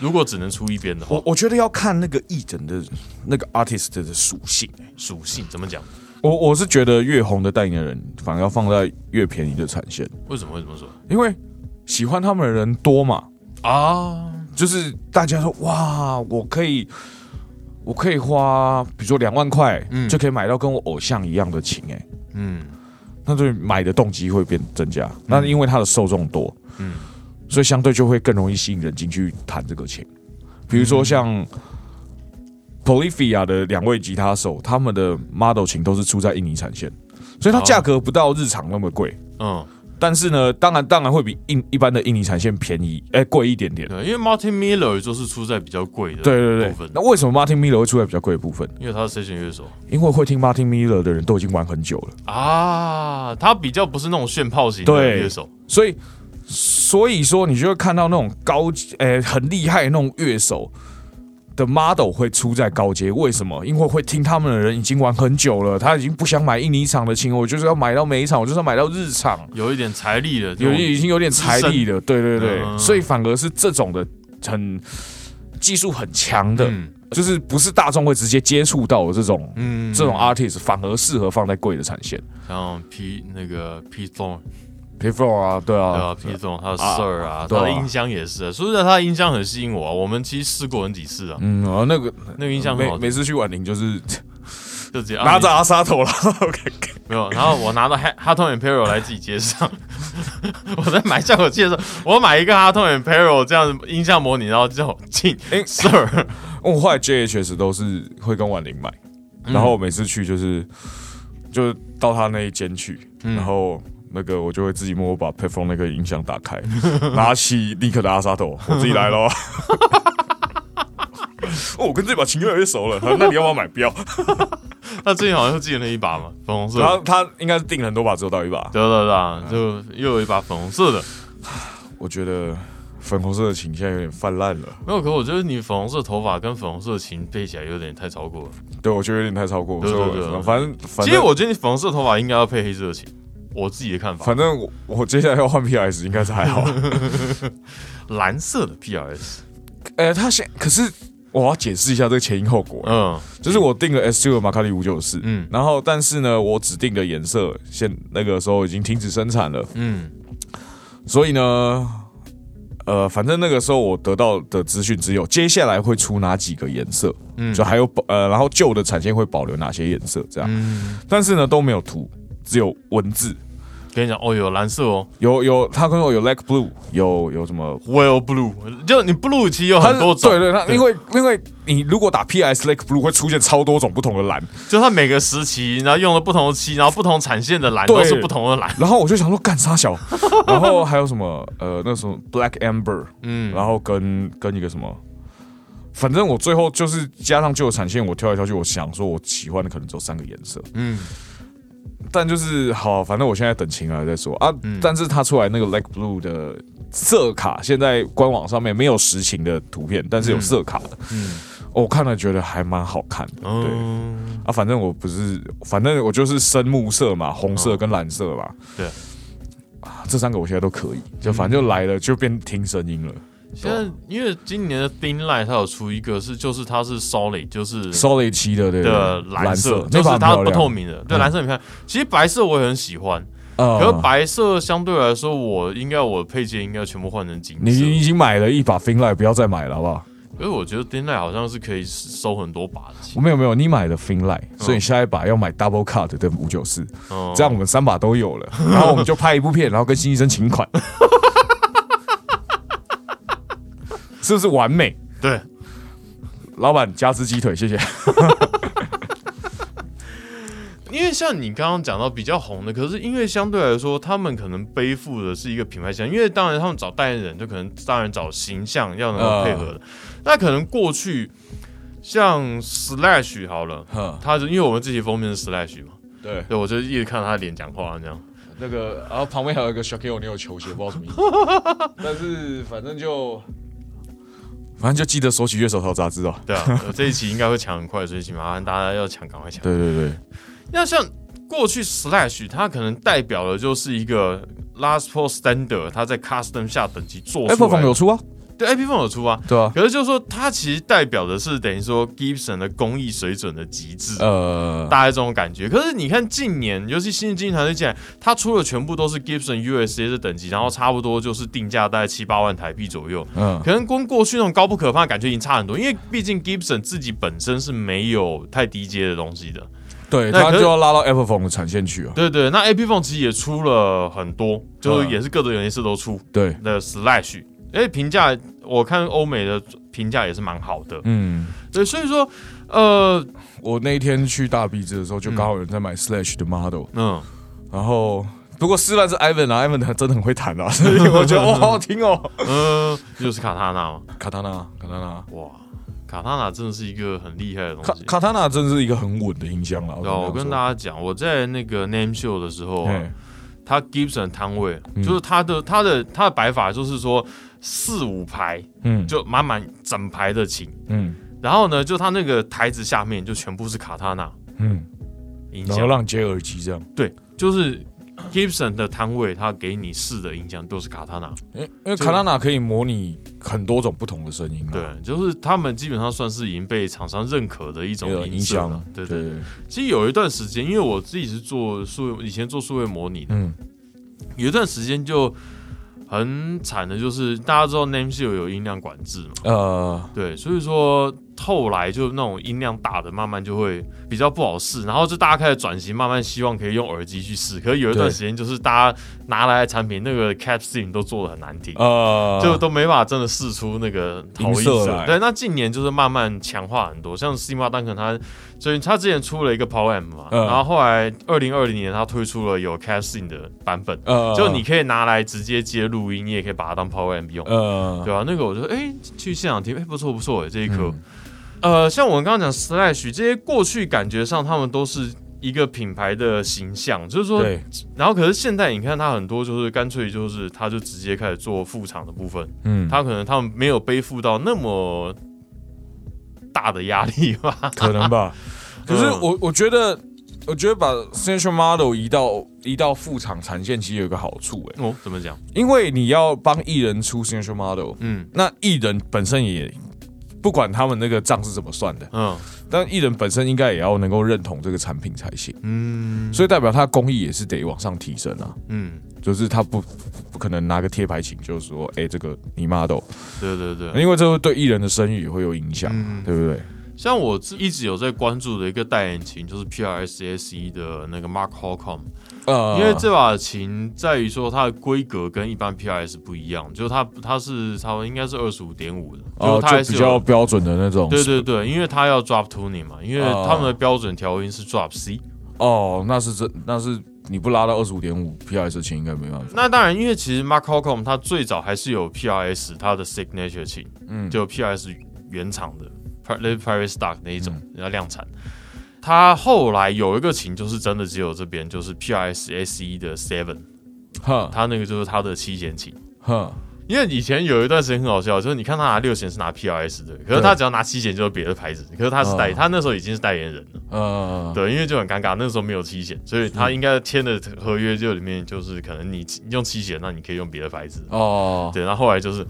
B: 如果只能出一边的话
C: 我，我觉得要看那个艺人的那个 artist 的属性。欸
B: 属性怎么讲？
C: 我我是觉得越红的代言人反而要放在越便宜的产线，
B: 为什么会这么说
C: 因为喜欢他们的人多嘛，
B: 啊？
C: 就是大家说哇，我可以。我可以花，比如说两万块，
B: 嗯
C: 就可以买到跟我偶像一样的琴、哎，
B: 嗯
C: 那对买的动机会变增加。那因为它的受众多，
B: 嗯
C: 嗯，所以相对就会更容易吸引人进去弹这个琴。比如说像 Polyphia 的两位吉他手，他们的 model 琴都是出在印尼产线，所以它
B: 哦
C: 价格不到日常那么贵。
B: 嗯，
C: 但是呢，当然当然会比印一般的印尼产线便宜，哎、贵一点点。
B: 对，因为 Martin Miller 就是出在比较贵的
C: 对对
B: 部
C: 对
B: 分，，
C: 那为什么 Martin Miller 会出在比较贵的部分？
B: 因为他是 session 乐手
C: 因为会听 Martin Miller 的人都已经玩很久了，
B: 啊，他比较不是那种炫炮型的
C: 对
B: 乐手，
C: 所以所以说你就会看到那种高级呃、很厉害的那种乐手的 model 会出在高阶，为什么？因为会听他们的人已经玩很久了，他已经不想买印尼场的琴，我就是要买到每一场，我就是要买到日场，
B: 有一点财力的，
C: 有已经有点财力了，对对对，
B: 嗯
C: 所以反而是这种的很技术很强的，
B: 嗯
C: 就是不是大众会直接接触到的这种。
B: 嗯
C: 这种 artist 反而适合放在贵的产线
B: 像 P 那个 P Thorn
C: p f l o 啊，对
B: 对
C: 啊，
B: 啊，P 总他的
C: 啊
B: Sir 啊，
C: 对
B: 他
C: 啊
B: 的音箱也是，说实在，他的音箱很吸引我啊。我们其实试过很几次啊，
C: 嗯，啊那个
B: 那个音箱很好
C: 每
B: 听，
C: 每次去晚宁就是
B: 就直接啊
C: 拿着
B: 你
C: 阿沙头了。OK，
B: 没有，然后我拿到哈哈通 Imperial 来自己接上。 我在买效果器的时候，我买一个哈通 Imperial 这样子音箱模拟，然后叫我进
C: 哎
B: Sir，
C: 我哦后来 JHS 都是会跟婉玲买，然后我每次去就是就是到他那一间去，然后。那个我就会自己默默把 p e f o n 那个音箱打开， 拿起立刻的阿沙头，我自己来喽。 哦，我跟这把琴越来越熟了。他说那你要不要买标？
B: 他最近好像又进了一 把嘛，粉红色
C: 然后嗯
B: 的。
C: 他应该是订了很多把，只有到一把。
B: 对对对啊，就又有一把粉红色的，
C: 我觉得粉红色的琴现在有点泛滥了，
B: 没有。可我觉得你粉红色头发跟粉红色的琴配起来有点太超过了。
C: 对我觉得有点太超过。
B: 对对
C: 所以我
B: 对对
C: 反正反
B: 其实
C: 正
B: 我觉得你粉红色头发应该要配黑色的琴，我自己的看法。
C: 反正我我接下来要换 PS 应该是还 好。
B: 蓝色的 PRS，
C: 呃，他现可是我要解释一下这个前因后果，
B: 嗯
C: 就是我订了 S 2的马卡里五九四，
B: 嗯
C: 嗯，然后但是呢，我指定的颜色现那个时候已经停止生产了，
B: 嗯
C: 所以呢，呃，反正那个时候我得到的资讯只有接下来会出哪几个颜色，嗯，
B: 嗯
C: 就还有保呃，然后旧的产线会保留哪些颜色这样，
B: 嗯，
C: 但是呢都没有图，只有文字。
B: 跟你讲哦，有蓝色哦
C: 有有，他跟我有 Lake Blue，有有什么
B: ，Well Blue，就你 Blue 其实有
C: 它
B: 很多种，
C: 对对，它因为因为你如果打 PS Lake Blue 会出现超多种不同的蓝，
B: 就它每个时期，然后用了不同的漆，然后不同产线的蓝都
C: 对
B: 是不同的蓝，
C: 然后我就想说干啥 小，然后还有什么呃那什么 Black Amber，
B: 嗯，
C: 然后跟跟一个什么，反正我最后就是加上旧的产线，我挑来挑去，我想说我喜欢的可能只有三个颜色，
B: 嗯
C: 但就是好，反正我现在等情来再说啊。
B: 嗯
C: 但是它出来那个 Lake Blue 的色卡，现在官网上面没有实情的图片，但是有色卡的，
B: 嗯
C: 哦我看了觉得还蛮好看的，对。
B: 嗯，
C: 啊，反正我不是，反正我就是深木色嘛，红色跟蓝色嘛。
B: 哦对
C: 啊，这三个我现在都可以，就反正就来了，就变听声音了。
B: 现在因为今年的 Thin Line 它有出一个是就是它是 Solid，就是。
C: Solid 七的对
B: 的嗯蓝
C: 蓝
B: 色，
C: 那
B: 就是
C: 把
B: 它
C: 很漂
B: 不
C: 亮嗯
B: 透，明的。对，蓝色你看，其实白色我也很喜欢，
C: 呃
B: 可是白色相对来说，我应该我的配件应该全部换成金色。
C: 你你已经买了一把 Finlight，不要再买了，好不好？
B: 可是我觉得 d i n l i 好像是可以收很多把的琴，
C: 没有没有，你买了 Finlight，所以你下一把要买 Double Cut 的五九四，
B: 嗯
C: 这样我们三把都 有了，然后我们就拍一部片，然后跟新医生请款，是不是完美？
B: 对。
C: 老板加只鸡腿，谢谢。
B: 因为像你刚刚讲到比较红的，可是因为相对来说，他们可能背负的是一个品牌形象，因为当然他们找代言人，就可能当然找形象要能够配
C: 嗯
B: 合的。那可能过去像 Slash 好了，
C: 哼
B: 他就因为我们这期封面是 Slash 嘛，
C: 对，
B: 嗯对，我就一直看到他的脸讲话这样。
C: 那个，然后旁边还有一个小 K 我那有球鞋，不知道什么意思， 但是反正就，反正就记得索取乐手淘杂志哦。
B: 对啊，这一期应该会抢很快，所以请麻烦大家要抢，赶快抢。
C: 对对对，
B: 那像过去 Slash，它可能代表的就是一个 Last p o s t Standard，它在 Custom 下等级做出来的
C: Apple Phone 有出啊，
B: 对 Apple Phone 有出啊。
C: 对啊，
B: 可是就是说，它其实代表的是等于说 Gibson 的工艺水准的极致，
C: 呃，
B: 大概这种感觉。可是你看近年，尤其新的经济团队进来，它出的全部都是 Gibson USA 的等级，然后差不多就是定价大概七八万台币左右，
C: 嗯，
B: 可能跟过去那种高不可怕的感觉已经差很多。因为毕竟 Gibson 自己本身是没有太低阶的东西的。
C: 对，
B: 那
C: 他
B: 可
C: 就是要拉到 Apple Phone 的产线去啊。
B: 对对，那 A P Phone 其实也出了很多，就是
C: 嗯
B: 也是各种颜色都出
C: 对，
B: 的 Slash，哎，评价我看欧美的评价也是蛮好的。
C: 嗯，
B: 对，所以说，呃，
C: 我那一天去大鼻子的时候，就刚好有人在买 Slash 的 model，
B: 嗯，
C: 然后。不过斯兰是 Ivan 啊，Ivan 真的很会弹 啊，所以我觉得哇，好好听哦。
B: 呃，就是卡塔纳嘛，
C: 卡塔纳，卡塔纳，
B: 哇，卡塔纳真的是一个很厉害的
C: 卡
B: 东西。
C: 卡塔纳真是一个很稳的音箱了。
B: 对啊，我跟大
C: 家
B: 家讲，我在那个 Name Show 的时候、啊
C: 哎，，
B: 他 Gibson 的摊位
C: 嗯
B: 就是他的他的他的摆法，就是说四五排
C: 嗯，
B: 就满满整排的琴，
C: 嗯
B: 然后呢，就他那个台子下面就全部是卡塔纳
C: 嗯，
B: 音
C: 然后
B: 箱，
C: 让接耳机这样。
B: 对，就是 Gibson 的摊位，他给你试的音箱都是卡塔纳，
C: 因为因为
B: 就
C: 卡拉纳可以模拟很多种不同的声音、啊，
B: 对，就是他们基本上算是已经被厂商认可的一种
C: 那个
B: 音
C: 音
B: 色
C: 箱
B: 了
C: 啊，，
B: 对对
C: 对
B: 对。其实有一段时间，因为我自己是做数以前做数位模拟的，
C: 嗯，
B: 有一段时间就很惨的，就是大家知道 Name 是有有音量管制嘛，
C: 呃，
B: 对，所以说后来就那种音量大的，慢慢就会比较不好试，然后就大家开始转型，慢慢希望可以用耳机去试。可是有一段
C: 对
B: 时间，就是大家拿来的产品那个 cap sim 都做的很难听。
C: 呃，
B: 就都没办法真的试出那个好意
C: 音色来
B: 对，那近年就是慢慢强化很多，像 Sima 丹肯他，所以他之前出了一个 Power M 嘛，
C: 嗯
B: 然后后来二零二零年他推出了有 cap sim 的版本，
C: 呃，
B: 就你可以拿来直接接录音，你也可以把它当 Power M 用。
C: 呃，
B: 对啊，那个我就哎、去现场听，哎、不错不错哎、这一颗、呃，像我们刚刚讲 Slash 这些，过去感觉上他们都是一个品牌的形象，就是说，
C: 对，
B: 然后可是现在你看它很多就是干脆就是它就直接开始做副厂的部分，
C: 嗯，
B: 它可能他们没有背负到那么大的压力吧，
C: 可能吧。可是
B: 嗯
C: 我我觉得，我觉得把 Central Model 移到移到副厂产线，其实有一个好处哎、
B: 哦，怎么讲？
C: 因为你要帮艺人出 Central Model，
B: 嗯
C: 那艺人本身也不管他们那个账是怎么算的，
B: 嗯
C: 但艺人本身应该也要能够认同这个产品才行，
B: 嗯
C: 所以代表他工艺也是得往上提升啊。
B: 嗯，
C: 就是他不不可能拿个贴牌请，就是说，哎、这个你妈都，
B: 对对对，
C: 因为这会对艺人的声誉也会有影响，
B: 嗯
C: 对不对？
B: 像我自一直有在关注的一个代言琴，就是 PRSSE E 的那个 Mark Holcomb，、
C: 呃
B: 因为这把琴在于说它的规格跟一般 PRS 不一样，就是它它是差不多应该是二十五点五的，
C: 哦、
B: 就它还
C: 就是比
B: 有
C: 较标准的那种，
B: 对对对，因为它要 drop tuning 嘛，因为
C: 哦
B: 他们的标准调音是 drop C。
C: 哦，那是真，那是你不拉到二十五点五 PRS 琴应该没办法，
B: 那当然，因为其实 Mark Holcomb 他最早还是有 PRS 它的 signature 琴，
C: 嗯，
B: 就 PRS 原厂的 p r i p a r i s Stock 那一种
C: 嗯
B: 要量产。它后来有一个琴，就是真的只有这边，就是 PRS SE E 的 Seven，
C: 哼
B: 它那个就是它的七弦琴。
C: 哼，
B: 因为以前有一段时间很好笑，就是你看他拿六弦是拿 PRS 的，可
C: 对
B: 是他只要拿七弦就是别的牌子，可是他是代，
C: 嗯
B: 他那时候已经是代言人了，
C: 呃，
B: 对，因为就很尴尬，那时候没有七弦，所以他应该签的合约就里面就是可能你你用七弦，那你可以用别的牌子，
C: 哦，
B: 对，然后后来就是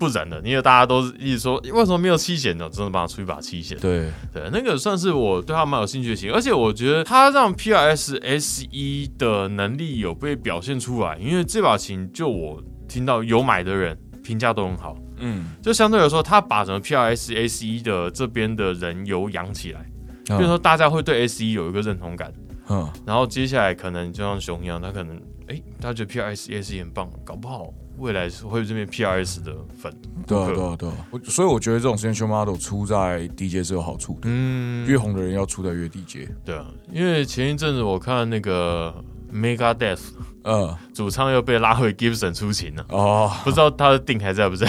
B: 不然的，因为大家都是一直说为什么没有七弦呢？真的帮他出一把七弦，
C: 对，
B: 对，那个算是我对他蛮有兴趣的型，而且我觉得他让 PRS S 一的能力有被表现出来，因为这把琴就我听到有买的人评价都很好，
C: 嗯，
B: 就相对来说，他把整个 PRS S 一的这边的人游养起来，
C: 嗯
B: 就是说大家会对 S 一有一个认同感，
C: 嗯，
B: 然后接下来可能就像熊一样，他可能哎、他觉得 PRS S 一很棒，搞不好未来是会这边 PRS 的粉，
C: 对啊
B: 不可
C: 对啊对啊，我所以我觉得这种 Central Model 出在低阶是有好处的，
B: 嗯，
C: 越红的人要出在越低阶，
B: 对啊，因为前一阵子我看那个 Mega Death。
C: 呃，
B: 主唱又被拉回 Gibson 出勤了，啊
C: 哦，
B: 不知道他的定还在不在？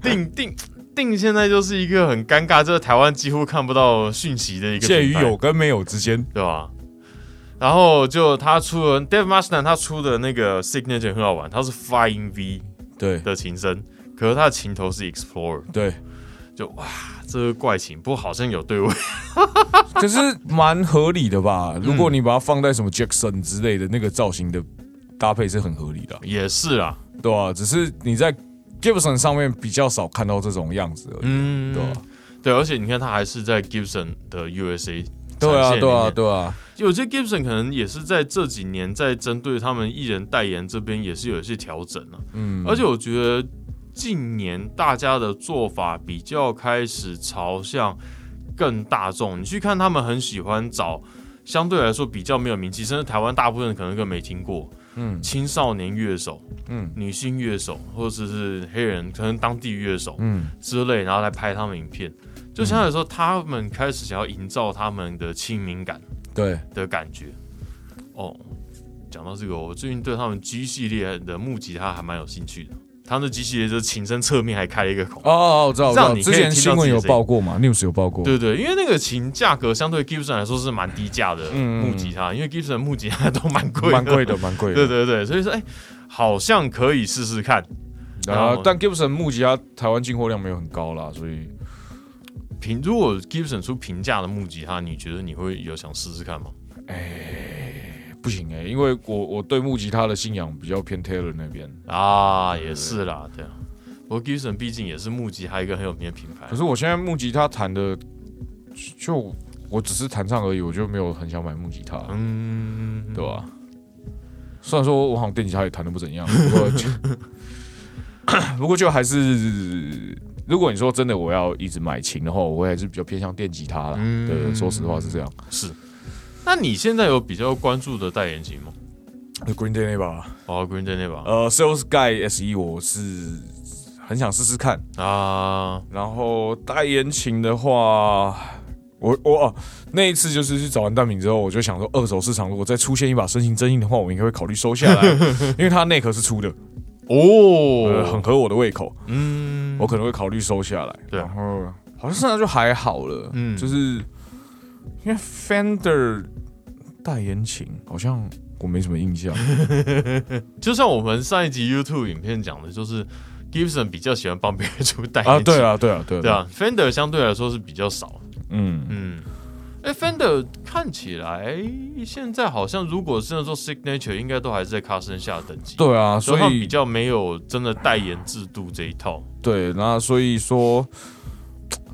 B: 定定定现在就是一个很尴尬，就是台湾几乎看不到讯息的一个
C: 介于
B: 平台
C: 有跟没有之间。
B: 对吧？然后就他出了 Dave Mustaine，他出的那个 Signature 很好玩，他是发音 V
C: 对
B: 的琴声，可是他的琴头是 Explorer，
C: 对，
B: 就哇，这个怪琴，不过好像有对位，
C: 可是蛮合理的吧？
B: 嗯
C: 如果你把它放在什么 Jackson 之类的那个造型的搭配是很合理的啊，
B: 也是啊，
C: 对吧、只是你在 Gibson 上面比较少看到这种样子而已，
B: 嗯，
C: 对啊吧、
B: 对，而且你看他还是在 Gibson 的 USA，
C: 对
B: 产
C: 啊，
B: 线里
C: 对啊，
B: 面
C: 对啊，
B: 有些 Gibson 可能也是在这几年在针对他们艺人代言这边也是有一些调整啊。
C: 嗯，
B: 而且我觉得近年大家的做法比较开始朝向更大众，你去看他们很喜欢找相对来说比较没有名气，甚至台湾大部分人可能更没听过。
C: 嗯
B: 青少年乐手、
C: 嗯
B: 女性乐手，或者是黑人，可能当地乐手
C: 嗯，
B: 之类，然后来拍他们影片，就相当于说他们开始想要营造他们的亲民感。
C: 对，
B: 的感觉。哦，讲到这个，我最近对他们 G 系列的木吉他还蛮有兴趣的。他们的 G 系列就是琴声侧面还开了一个孔。
C: 哦哦，我知道，我知
B: 这样
C: 道，
B: 你
C: 之
B: 可以
C: 前
B: 听到
C: 新
B: 自
C: 闻
B: 己的
C: 有
B: 声音
C: 报过嘛，news 有报过，
B: 对对，因为那个琴价格相对 Gibson 来说是蛮低价的
C: 嗯
B: 木吉他，因为 Gibson 木吉他都蛮贵，
C: 蛮 贵。的，蛮贵的，
B: 对对对，所以说，哎、好像可以试试看，然
C: 啊
B: 后，
C: 但 Gibson 木吉他台湾进货量没有很高啦，所以
B: 平如果 Gibson 出平价的木吉他，你觉得你会有想试试看吗？
C: 不行哎、因为我我对木吉他的信仰比较偏 Taylor 那边，
B: 啊，
C: 嗯
B: 也是啦，对啊。不过 Gibson 毕竟也是木吉他一个很有名的品牌
C: 可，是我现在木吉他弹的就我只是弹唱而已，我就没有很想买木吉他，
B: 嗯，
C: 对吧、虽然说我好像电吉他也弹的不怎样，不过就 不过就还是，如果你说真的我要一直买琴的话，我还是比较偏向电吉他啦。
B: 嗯
C: 对，说实话是这样。
B: 是。那你现在有比较关注的代言型吗？
C: Green Day 那把，
B: 哦，Green Day 那把
C: 呃，Sales Guy SE 我是很想试试看。
B: 啊，
C: 然后代言琴的话，我我哦，那一次就是去找完蛋饼之后，我就想说，二手市场如果再出现一把身形真印的话，我应该会考虑收下 来，因为它内壳是粗的，呃，很
B: 哦，
C: 合我的胃口，
B: 嗯，
C: 我可能会考虑收下来。
B: 对
C: 然后好像剩下就还好了，
B: 嗯
C: 嗯，就是因为 Fender 代言琴好像我没什么印 象，
B: 就像我们上一集 YouTube 影片讲的，就是 Gibson 比较喜欢帮别人出代言
C: 啊，
B: 型
C: 对，啊，对啊，对啊，
B: 对，啊，Fender 相对来说是比较少，
C: 嗯，
B: 嗯。哎，Fender 看起来现在好像，如果真的做 signature，应该都还是在 Carson 下等级，，
C: 对啊，所
B: 所以他们比
C: 以
B: 较没有真的代言制度这一套。
C: 对，那所以说，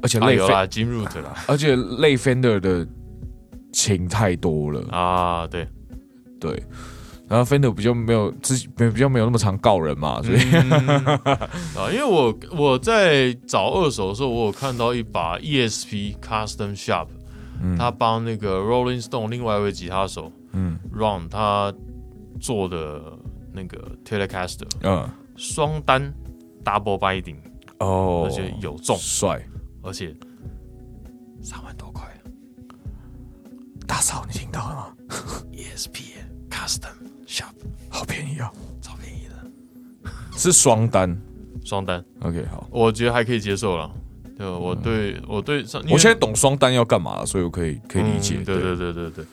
C: 而且
B: 啊，
C: 类
B: 有
C: 似。
B: 啦，金 root 啦，
C: 而且类 Fender 的琴太多了，
B: 啊，对，
C: 对。然后 Fender 比较没有自己比比较没有那么常告人
B: 嗯
C: 嘛，所以、
B: 啊，因为我我在找二手的时候，我有看到一把 ESP Custom Shop，、他帮那个 Rolling Stone 另外一位吉他手，嗯
C: 嗯
B: ，Ron 他做的那个 Telecaster
C: 嗯
B: 双单 Double Binding，、
C: 哦，
B: 而且有重，
C: 帅
B: 而且三万多块
C: 大嫂，你听到了 吗？
B: ESP，E Custom Shop
C: 好便宜啊，啊
B: 超便宜的
C: 是双单。
B: 双单，
C: OK，好，
B: 我觉得还可以接受了。对，我对、我对上，因
C: 嗯
B: 为
C: 我现在懂双单要干嘛了，所以我可以可以理解。
B: 嗯对对对对对。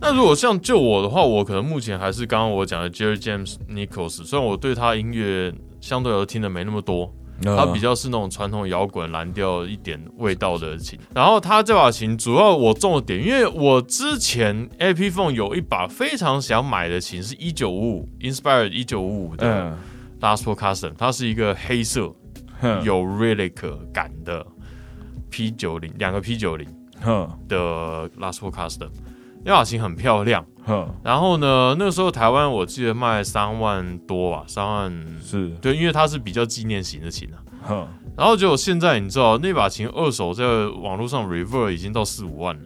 B: 那如果像就我的话，我可能目前还是刚刚我讲的 Jerry James Nichols，虽然我对他音乐相对而言听的没那么多，
C: 嗯
B: 他比较是那种传统摇滚蓝调一点味道的琴。然后他这把琴主要我中的点，因为我之前 a p Phone 有一把非常想买的琴是一九五五 Inspired 一九五五的
C: 嗯
B: Last Four Custom，它是一个黑色
C: 哼
B: 有 Relic 感的 P 九零，两个 P 九零。
C: 哼
B: 的 Last Forecast，那把琴很漂亮。
C: 哼
B: 然后呢，那个时候台湾我记得卖三万多吧，三万
C: 是
B: 对，因为它是比较纪念型的琴啊。
C: 哼
B: 然后结果现在你知道那把琴二手在网络上 reverb 已经到四五万了，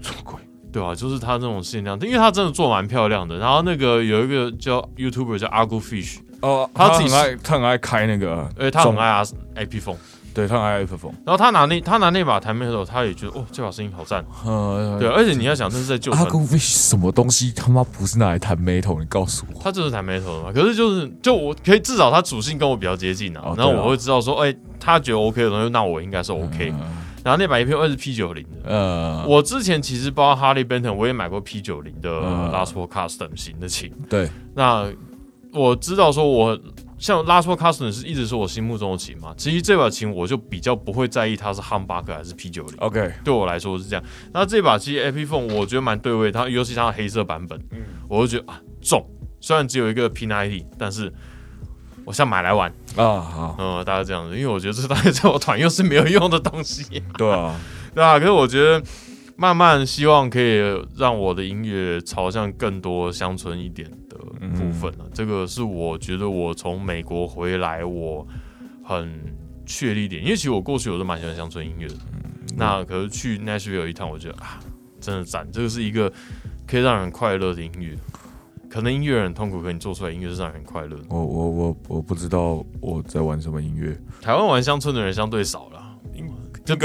C: 这么贵
B: 对啊，就是它那种限量，因为它真的做蛮漂亮的。然后那个有一个叫 YouTuber 叫 Argu Fish，
C: 哦，
B: 他
C: 他
B: 自己
C: 很爱他很爱开那个，
B: 而且他很啊
C: 重
B: 爱 AP 风，
C: 对他很爱 Epiphone，
B: 然后他拿那他拿那把弹面的时候，他也觉得哦，这把声音好赞。
C: 呃，
B: 对，而且你要想，这是在旧
C: 阿
B: 传，
C: 古 fish 什么东西他妈不是拿来弹 metal？你告诉我，
B: 他就是弹 metal 的嘛。可是就是就我可以至少他属性跟我比较接近啊，
C: 哦
B: 然后
C: 对啊嗯
B: 我会知道说，哎、他觉得 OK 的东西，那我应该是 OK。然后那把 A P 二是 P 九零的。
C: 呃，
B: 我之前其实包括 Harley Benton，我也买过 P 九零的
C: 嗯
B: Last Four Custom 型的琴。
C: 对，
B: 那我知道说我，像 Last Four Custom 是一直是我心目中的琴嘛。其实这把琴我就比较不会在意它是 Humbucker 还是 P 九零。
C: OK，
B: 对我来说是这样。那这把其实 AP Phone 我觉得蛮对味，它尤其它的黑色版本，我就觉得啊重，虽然只有一个 P 9 0但是我想买来玩，
C: 啊，好，
B: 嗯、大概这样子，因为我觉得这大概在我团又是没有用的东西，
C: 对啊，
B: 对啊，可是我觉得。慢慢希望可以让我的音乐朝向更多乡村一点的部分了、这个是我觉得我从美国回来我很确立一点，因为其实我过去我都蛮喜欢乡村音乐的。那可是去 Nashville 一趟，我觉得啊，真的赞，这个是一个可以让人快乐的音乐。可能音乐人很痛苦，可你做出来音乐是让人快乐的。
C: 我我我我不知道我在玩什么音乐，
B: 台湾玩乡村的人相对少了，这
D: 应
B: 毕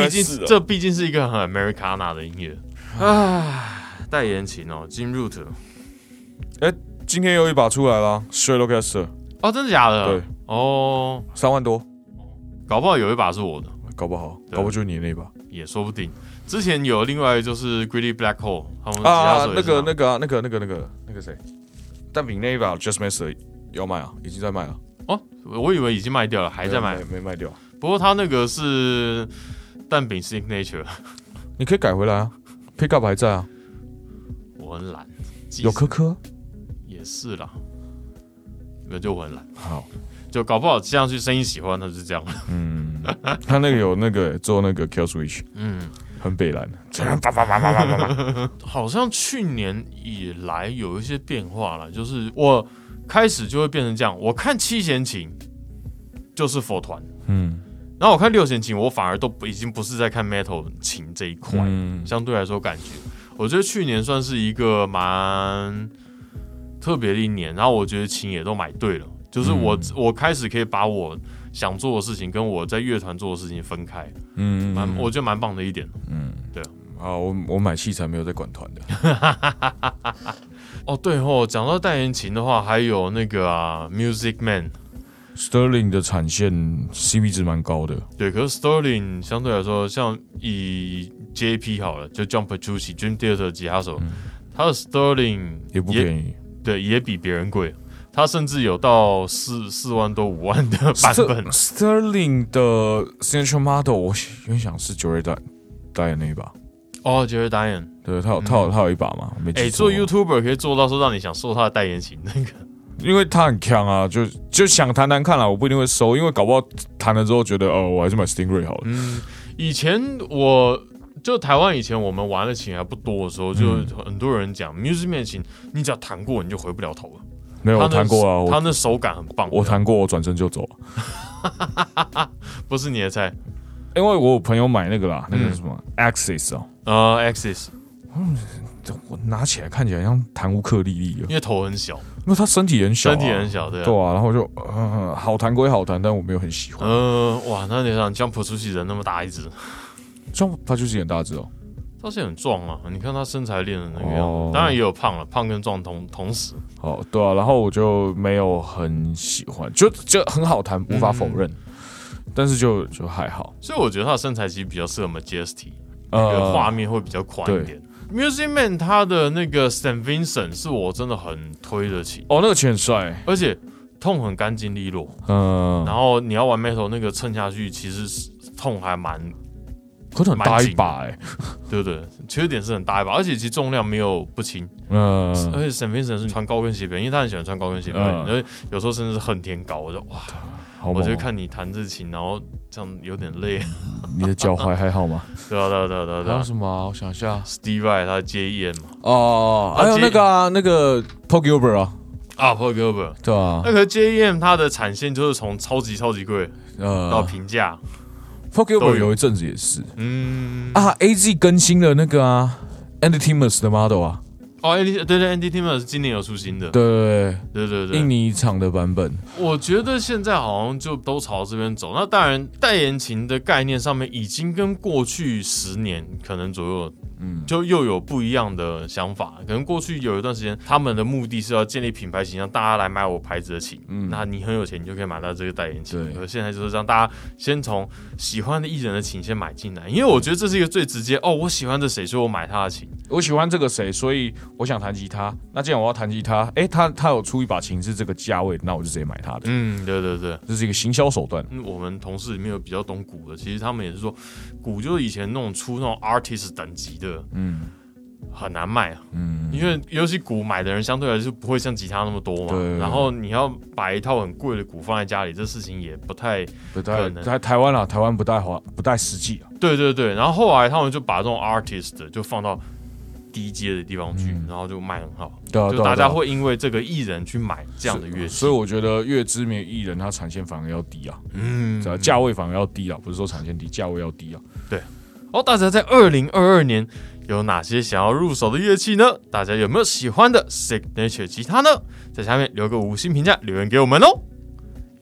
D: 该
B: 竟
D: 是啊
B: 这毕竟是一个很 Americana 的音乐。啊唉，代言琴哦，Jim Root
C: 今天有一把出来了 s h i r l o c a s t e r
B: 哦，真的假的？
C: 对，
B: 哦，
C: 三万多，
B: 搞不好有一把是我的，
C: 搞不好，
B: 对
C: 搞不好就是你那把
B: 也说不定。之前有另外就是 Greedy Black Hole，他们吉他
C: 啊
B: 手，也
C: 那
B: 是
C: 个
B: 拿
C: 那个啊那个那个那个那个谁，但比那一把 Just Master 要卖啊，已经在卖了，
B: 哦，我以为已经卖掉了，还在卖
C: 没。有没没卖掉，
B: 不过他那个是蛋饼 signature，
C: 你可以改回来啊，Pickup 还在啊，
B: 我很懒，即
C: 有
B: 使
C: 科科，
B: 也是啦，那就我很懒，
C: 好，
B: 就搞不好这样去生意喜欢，那就这样了。
C: 嗯，他那个有那个做那个 Kill Switch，
B: 嗯，
C: 很北蓝，
B: 好像去年以来有一些变化了，就是我开始就会变成这样，我看七弦琴就是佛团，
C: 嗯
B: 然后我看六弦琴，我反而都不已经不是在看 metal 琴这一块了，
C: 嗯
B: 相对来说感觉，我觉得去年算是一个蛮特别的一年，然后我觉得琴也都买对了，就是
C: 嗯
B: 我、我开始可以把我想做的事情跟我在乐团做的事情分开，
C: 嗯，
B: 蛮、我觉得蛮棒的一点。
C: 啊，我我买器材没有在管团的，
B: 哦，对哦，讲到代言琴的话，还有那个啊，Music Man，
C: Sterling 的产线 CP 值蛮高的，
B: 对，可是 Sterling 相对来说，像以 JP 好了，就 John Petrucci Dream Theater 的吉他手，他的 Sterling
C: 也不便宜。
B: 对，也比别人贵。它甚至有到四四万多五万的版本
C: Ster-，Sterling 的 Signature Model，我原想是九 o 代代言那一把，
B: 哦，杰瑞·达恩，
C: 对他有他有他有一把嘛，我没
B: 嗯哎，
C: 记错
B: 做。YouTuber 可以做到说让你想收他的代言型那个，
C: 因为他很强啊，就就想谈谈看啦，我不一定会收，因为搞不好谈了之后觉得哦，我还是买 Stingray 好了。
B: 嗯，以前我就台湾以前我们玩的琴还不多的时候，就很多人讲 Music Man 琴，你只要弹过你就回不了头了。
C: 没有，
B: 他
C: 我
B: 那
C: 弹过啊，
B: 他
C: 我
B: 那手感很棒。
C: 我弹过，我转身就走，
B: 不是你的菜，
C: 因为我有朋友买那个啦，那
B: 嗯
C: 个什么 Axis 哦，
B: 呃，Axis，
C: 我拿起来看起来像弹乌克丽丽啊，
B: 因为头很小，
C: 因为他身体很小啊，
B: 身体很小，对啊。
C: 对啊，然后我就嗯，好弹归好弹，但我没有很喜欢。
B: 呃，哇，那你想江浦出去人那么大一只，
C: 这样他就是很大只哦。
B: 倒是很壮啊！你看他身材练的那个样子，
C: 哦
B: 当然也有胖了，胖跟壮同同时。
C: 好，对啊，然后我就没有很喜欢，就就很好弹，无法否认，
B: 嗯
C: 但是就就还好。
B: 所以我觉得他的身材其实比较适合 Majesty，那个
C: 呃，
B: 画面会比较宽一点。Music Man 他的那个 St. Vincent 是我真的很推得起，
C: 哦，那个琴很帅，
B: 而且痛很干净利落。
C: 嗯、
B: 然后你要玩 Metal 那个蹭下去，其实是痛还蛮
C: 可是很大一把哎、
B: 对不对？缺点是很大一把，而且其实重量没有不轻。
C: 嗯、
B: 而且 St. Vincent 是穿高跟鞋表演，因为他很喜欢穿高跟鞋表演，
C: 嗯
B: 而且有时候甚至是恨天高。我就哇，
C: 好
B: 我
C: 猛、嗯
B: 觉得
C: 哦！
B: 看你弹这琴，然后这样有点累。
C: 你的脚踝还好吗？
B: 对啊，对啊，对 啊，对啊，
C: 还
B: 对
C: 有
B: 啊。
C: 什么啊、我想一下。
B: Steve Vai 他接 EM 嘛，
C: 哦，
B: 啊
C: 还有
B: 接
C: 那个啊，那个 p o g u b e r 啊，
B: 啊 p o g o b e r
C: 对啊
B: 那，个 JEM 它的产线就是从超级超级贵到
C: 呃
B: 平价，
C: p o g u b
B: 都
C: e
B: 有
C: r 有一阵子也是
B: 嗯，
C: 啊，AZ 更新了那个啊 e n t e r t a i n m e n t 的 model 啊，
B: 哦，NT 对对，NT Team 今年有出新的，
C: 对，
B: 对对对
C: 印尼厂的版本，
B: 我觉得现在好像就都朝这边走。那当然，代言情的概念上面已经跟过去十年可能左右，嗯，就又有不一样的想法。可能过去有一段时间，他们的目的是要建立品牌形象，大家来买我牌子的琴。嗯，那你很有钱，你就可以买到这个代言琴。
C: 对
B: 而现在就是让大家先从喜欢的艺人的琴先买进来，因为我觉得这是一个最直接。哦，我喜欢这谁，所以我买他的琴。
C: 我喜欢这个谁，所以我想弹吉他。那既然我要弹吉他，诶，他他有出一把琴是这个价位，那我就直接买他的，
B: 嗯，对对对。
C: 这是一个行销手段。
B: 嗯，我们同事里面有比较懂鼓的，其实他们也是说，鼓就是以前那种出那种 artist 等级的，
C: 嗯
B: 很难卖啊，
C: 嗯，
B: 因为尤其鼓买的人相对来说不会像吉他那么多嘛
C: 对，
B: 然后你要把一套很贵的鼓放在家里，这事情也不太
C: 不
B: 可
C: 太
B: 能
C: 台台湾啊，台湾不太划不太实际啊。
B: 对对对。然后后来他们就把这种 artist 就放到低阶的地方去，
C: 嗯
B: 然后就卖很好，
C: 对啊，对
B: 就
C: 啊
B: 大
C: 对
B: 家
C: 啊
B: 会因为这个艺人去买这样的乐器，
C: 所以我觉得越知名的艺人，他产线反而要低啊，
B: 嗯
C: 只要价位反而要低啊，不是说产线低，价位要低啊。
B: 哦，大家在二零二二年有哪些想要入手的乐器呢？大家有没有喜欢的 signature 吉他呢？在下面留个五星评价，留言给我们哦。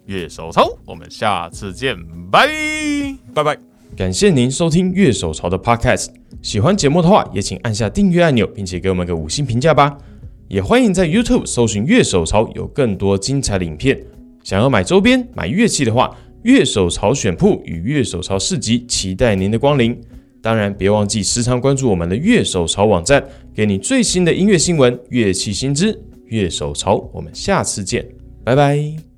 B: 乐手潮，我们下次见，拜拜。
C: 拜拜。
A: 感谢您收听乐手潮的 Podcast。喜欢节目的话，也请按下订阅按钮，并且给我们个五星评价吧。也欢迎在 YouTube 搜寻“乐手潮”，有更多精彩的影片。想要买周边、买乐器的话，乐手潮选铺与乐手潮市集期待您的光临。当然，别忘记时常关注我们的乐手潮网站，给你最新的音乐新闻、乐器新知。乐手潮，我们下次见，拜拜。